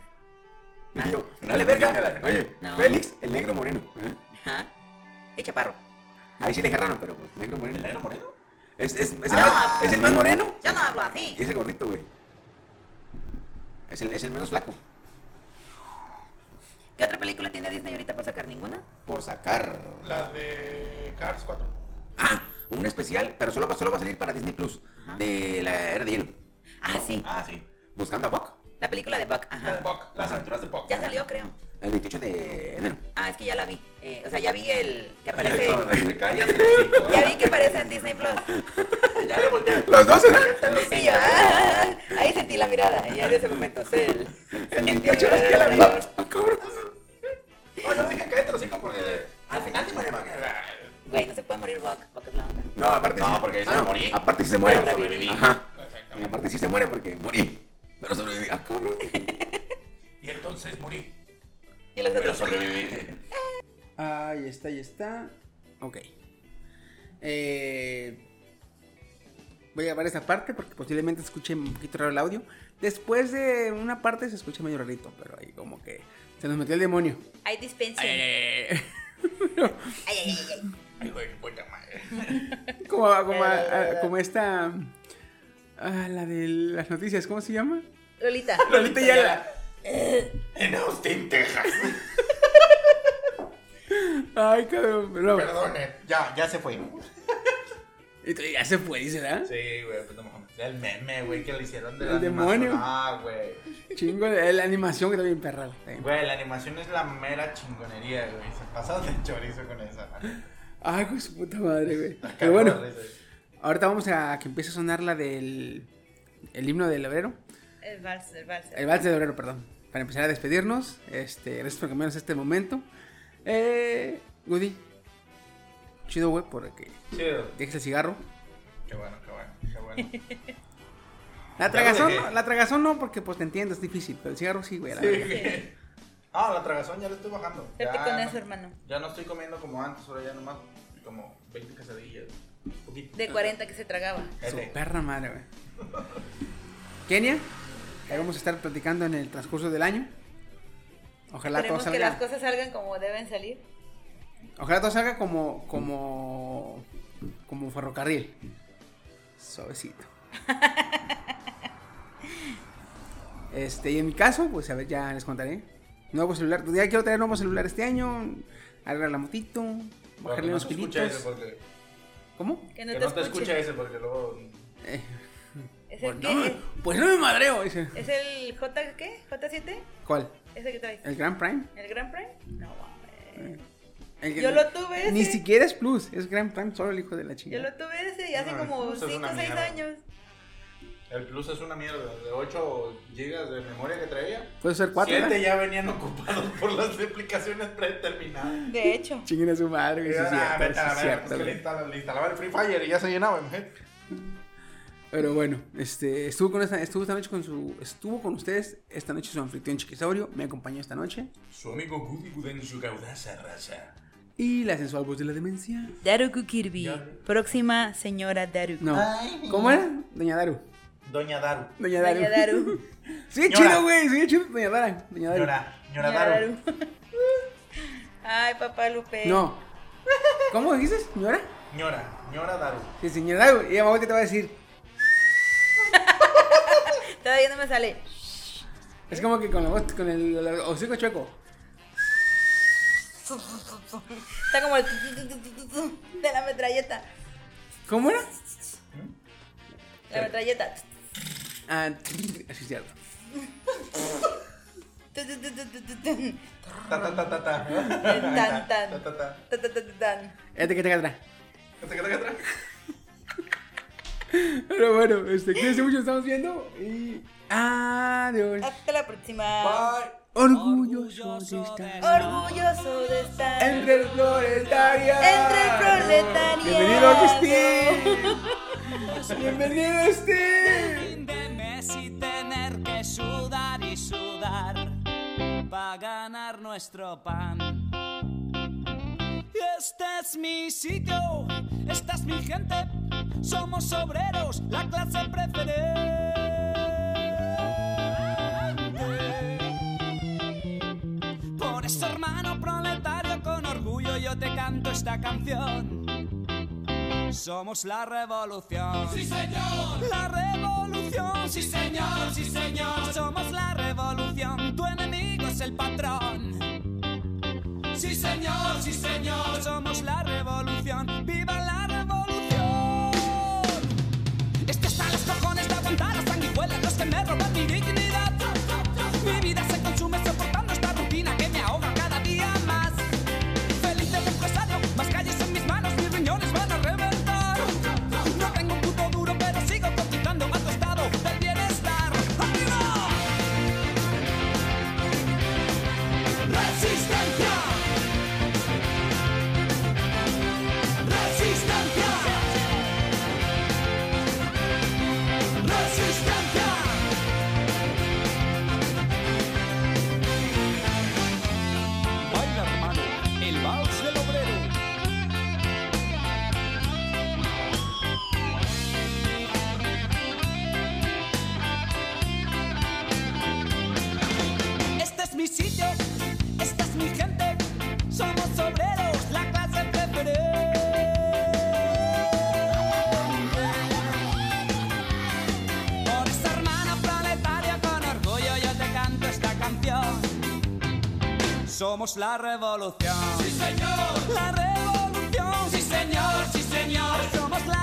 Speaker 7: Y yo, Dale verga. Oye,
Speaker 14: Ah. No.
Speaker 7: Félix, el negro moreno. ¿eh?
Speaker 14: Ajá. Y Chaparro.
Speaker 7: Ahí sí le agarraron, pero pues, negro moreno. ¿El negro moreno? Es, es, es, el, más, es el más moreno.
Speaker 14: Yo pues, no hablo así.
Speaker 7: Y ese gordito, güey. Es el, es el menos flaco.
Speaker 14: ¿Qué otra película tiene Disney ahorita para sacar? ¿Ninguna?
Speaker 7: Por sacar
Speaker 13: La de eh, Cars 4.
Speaker 7: Ah, un especial, pero solo, va- solo va a salir para Disney Plus. De la era de hielo.
Speaker 14: Ah, sí.
Speaker 13: Ah, sí.
Speaker 7: Buscando a Buck.
Speaker 14: La película de Buck. Ajá.
Speaker 13: Las aventuras de Buck.
Speaker 14: Ya salió, creo.
Speaker 7: El 28 de enero.
Speaker 14: Ah, es que ya la vi. Eh, o sea, ya vi el que aparece.
Speaker 7: Cállate.
Speaker 14: ya vi que aparece en Disney Plus. ya me volteé.
Speaker 7: Los dos, ¿eh?
Speaker 14: Y yo, ah, ahí sentí la mirada. Y ya en ese momento sé el.
Speaker 7: El 28 es que la vida.
Speaker 13: No, no dije cállate los cinco porque. Al final te muere,
Speaker 14: Güey, no se puede morir Buck. Buck es la onda.
Speaker 7: No, aparte sí.
Speaker 13: porque
Speaker 7: Ah,
Speaker 13: se morí.
Speaker 7: Aparte sí se muere.
Speaker 13: Pero sobreviví.
Speaker 7: Ajá. Y aparte sí se muere porque morí. Pero sobreviví. Ah, cabrón.
Speaker 13: Y entonces morí.
Speaker 14: Y los
Speaker 13: Pero sobreviví.
Speaker 4: Ahí está, ahí está. Ok. Eh, voy a grabar esta parte porque posiblemente se escuche un poquito raro el audio. Después de una parte se escucha medio rarito, pero ahí como que se nos metió el demonio. Eh,
Speaker 14: Hay dispensa.
Speaker 4: Ay, ay, ay,
Speaker 14: Ay, ay, ay, ay.
Speaker 13: Ay, güey, puta madre.
Speaker 4: ay. como, como, ah, como esta... ah, la de las noticias, ¿cómo se llama?
Speaker 14: Lolita.
Speaker 4: Lolita Yala.
Speaker 13: En Austin, Texas.
Speaker 4: Ay, cabrón. Pero...
Speaker 13: Perdone. Ya, ya se fue.
Speaker 4: Y tú, Ya se fue, dice, ¿verdad?
Speaker 13: Sí, güey, pues no mames. El meme, güey, que le hicieron de
Speaker 4: El
Speaker 13: la animación.
Speaker 4: demonio.
Speaker 13: Ah, güey.
Speaker 4: Chingo, eh, la animación que está bien perra. está bien.
Speaker 13: Güey, la animación es la mera chingonería, güey. Se pasaron de chorizo con esa. la neta.
Speaker 4: Ay, con su puta madre, güey. Pero bueno, ahorita vamos a que empiece a sonar la del el himno del obrero.
Speaker 6: El vals, el vals.
Speaker 4: El vals del obrero, perdón. Para empezar a despedirnos. Este, gracias por cambiarnos este momento. Eh, Goody. Chido, güey, porque
Speaker 13: Chido.
Speaker 4: dejes el cigarro.
Speaker 13: Qué bueno, qué bueno, qué bueno.
Speaker 4: La
Speaker 13: Ya lo
Speaker 4: tragazón,
Speaker 13: dejé.
Speaker 4: no, la tragazón no, porque pues te entiendo, es difícil. Pero el cigarro sí, güey. la
Speaker 13: Sí,
Speaker 4: verdad.
Speaker 13: güey. Ah, la tragazón ya la estoy bajando.
Speaker 6: Vete
Speaker 13: Ya
Speaker 6: con
Speaker 13: no-
Speaker 6: eso, hermano.
Speaker 13: Ya no estoy comiendo como antes, ahora ya nomás como 20 quesadillas. Un poquito.
Speaker 6: De 40 que se tragaba.
Speaker 4: Su perra madre, güey. Kenia, ahí vamos a estar platicando en el transcurso del año. Ojalá todo
Speaker 6: Esperemos que
Speaker 4: salga.
Speaker 6: las cosas salgan como deben salir.
Speaker 4: Ojalá todo salga como. como. como un ferrocarril. Suavecito. Este, y en mi caso, pues a ver, ya les contaré. Nuevo celular. Pues, Ya quiero tener nuevo celular este año. Arreglar la motito.
Speaker 13: Porque
Speaker 4: Bajarle
Speaker 13: pues, no
Speaker 4: los
Speaker 13: se escucha ese
Speaker 4: pilitos.
Speaker 13: porque-
Speaker 4: ¿Cómo?
Speaker 6: Que
Speaker 13: Que
Speaker 6: no te, escuche.
Speaker 13: escucha ese porque luego.
Speaker 4: Eh,
Speaker 6: ¿Es
Speaker 4: pues,
Speaker 6: el
Speaker 4: no,
Speaker 6: qué?
Speaker 4: pues no me madreo. Dice.
Speaker 6: ¿Es el J qué? ¿J7?
Speaker 4: ¿Cuál?
Speaker 6: ¿Es el que traes?
Speaker 4: ¿El Grand Prime?
Speaker 6: ¿El Grand Prime? No, mames.
Speaker 4: El
Speaker 6: Yo lo tuve
Speaker 4: Ni
Speaker 6: ese.
Speaker 4: siquiera es Plus, es Grand Prime, solo el hijo de la
Speaker 6: Yo
Speaker 4: chingada.
Speaker 6: lo tuve ese y hace
Speaker 13: No,
Speaker 6: como
Speaker 13: eso es
Speaker 6: 5
Speaker 13: una
Speaker 6: o 6
Speaker 13: mierda.
Speaker 6: años.
Speaker 13: El Plus es una mierda. De 8 GB de memoria que traía.
Speaker 4: Puede ser cuatro,
Speaker 13: 7
Speaker 6: ¿eh?
Speaker 4: ¿no?
Speaker 13: ya venían ocupados por las aplicaciones predeterminadas.
Speaker 6: De hecho.
Speaker 4: Chinguen a su madre, güey, sí es
Speaker 13: Ah,
Speaker 4: cierto,
Speaker 13: vete a la
Speaker 4: sí es
Speaker 13: verga,
Speaker 4: cierto,
Speaker 13: pues, que le
Speaker 4: güey.
Speaker 13: instalaban- le instalaban el Free Fire y ya se llenaba, mujer.
Speaker 4: Pero bueno, este, estuvo, con esta, estuvo esta noche con su, estuvo con ustedes esta noche su anfitrión Chiquisaurio, me acompañó esta noche
Speaker 13: Su amigo Goody Gooden, su caudaza raza.
Speaker 4: y la sensual voz de la demencia.
Speaker 6: Daruku Kirby. Próxima señora Daruku.
Speaker 4: No, ¿cómo era? Doña Daru.
Speaker 13: Doña Daru.
Speaker 4: Doña Daru.
Speaker 6: Doña Daru.
Speaker 4: sí,
Speaker 13: Ñora.
Speaker 4: chido, güey, sí, chido, Doña Dara. Doña Daru.
Speaker 13: Ñora, Ñora
Speaker 6: Daru. Ay, papá Lupe.
Speaker 4: No, ¿Cómo dices? ¿Ñora?
Speaker 15: Ñora, Ñora Daru.
Speaker 4: Sí, señora Daru. Y a mamá que te va a decir.
Speaker 6: Todavía no me sale.
Speaker 4: Es como que con la voz, con el, el hocico chueco.
Speaker 6: Está como el de la metralleta.
Speaker 4: ¿Cómo era?
Speaker 6: La metralleta.
Speaker 4: Ah, así es cierto.
Speaker 15: Ta, ta, ta, ta, ta.
Speaker 6: Tan, tan.
Speaker 15: Ta, ta, ta.
Speaker 6: Ta, ta, ta, ta, tan.
Speaker 4: Este que te atrás.
Speaker 15: Hasta Este que toque atrás.
Speaker 4: Pero bueno, este, cuídense mucho, estamos viendo. Y. Adiós.
Speaker 6: Hasta la próxima.
Speaker 4: Orgulloso de estar.
Speaker 6: Orgulloso de estar
Speaker 4: Entre proletarias.
Speaker 6: entre el proletariado.
Speaker 4: Bienvenido, Agustín. Bienvenido, Agustín.
Speaker 13: fin de mes y tener que sudar y sudar para ganar nuestro pan. Este es mi sitio, esta es mi gente, somos obreros, la clase preferente. Por eso, hermano proletario, con orgullo yo te canto esta canción. Somos la revolución.
Speaker 16: Sí, señor.
Speaker 13: La revolución.
Speaker 16: Sí, señor, sí, señor.
Speaker 13: Somos la revolución. Tu enemigo es el patrón.
Speaker 16: Sí, señor, sí, señor.
Speaker 13: Somos la revolución. ¡Viva la revolución! Es que hasta los cojones de aguantar las sanguijuelas, los que me roban mi dignidad. Mi vida se consume soportando esta rutina que me ahoga cada día más. Feliz de empresario, más calles en mis manos, mis riñones van a reventar. No tengo un puto duro, pero sigo cotizando a tu estado del bienestar. ¡Arriba!
Speaker 16: Resistencia. Resistencia. Resistencia.
Speaker 13: Baila, hermano, el vals del obrero. Este es mi sitio, esta es mi gente, somos obreros, la clase preferente. Por esa hermana planetaria con orgullo yo te canto esta canción. Somos la revolución.
Speaker 16: Sí, señor.
Speaker 13: La revolución.
Speaker 16: Sí, señor, sí, señor.
Speaker 13: Somos la este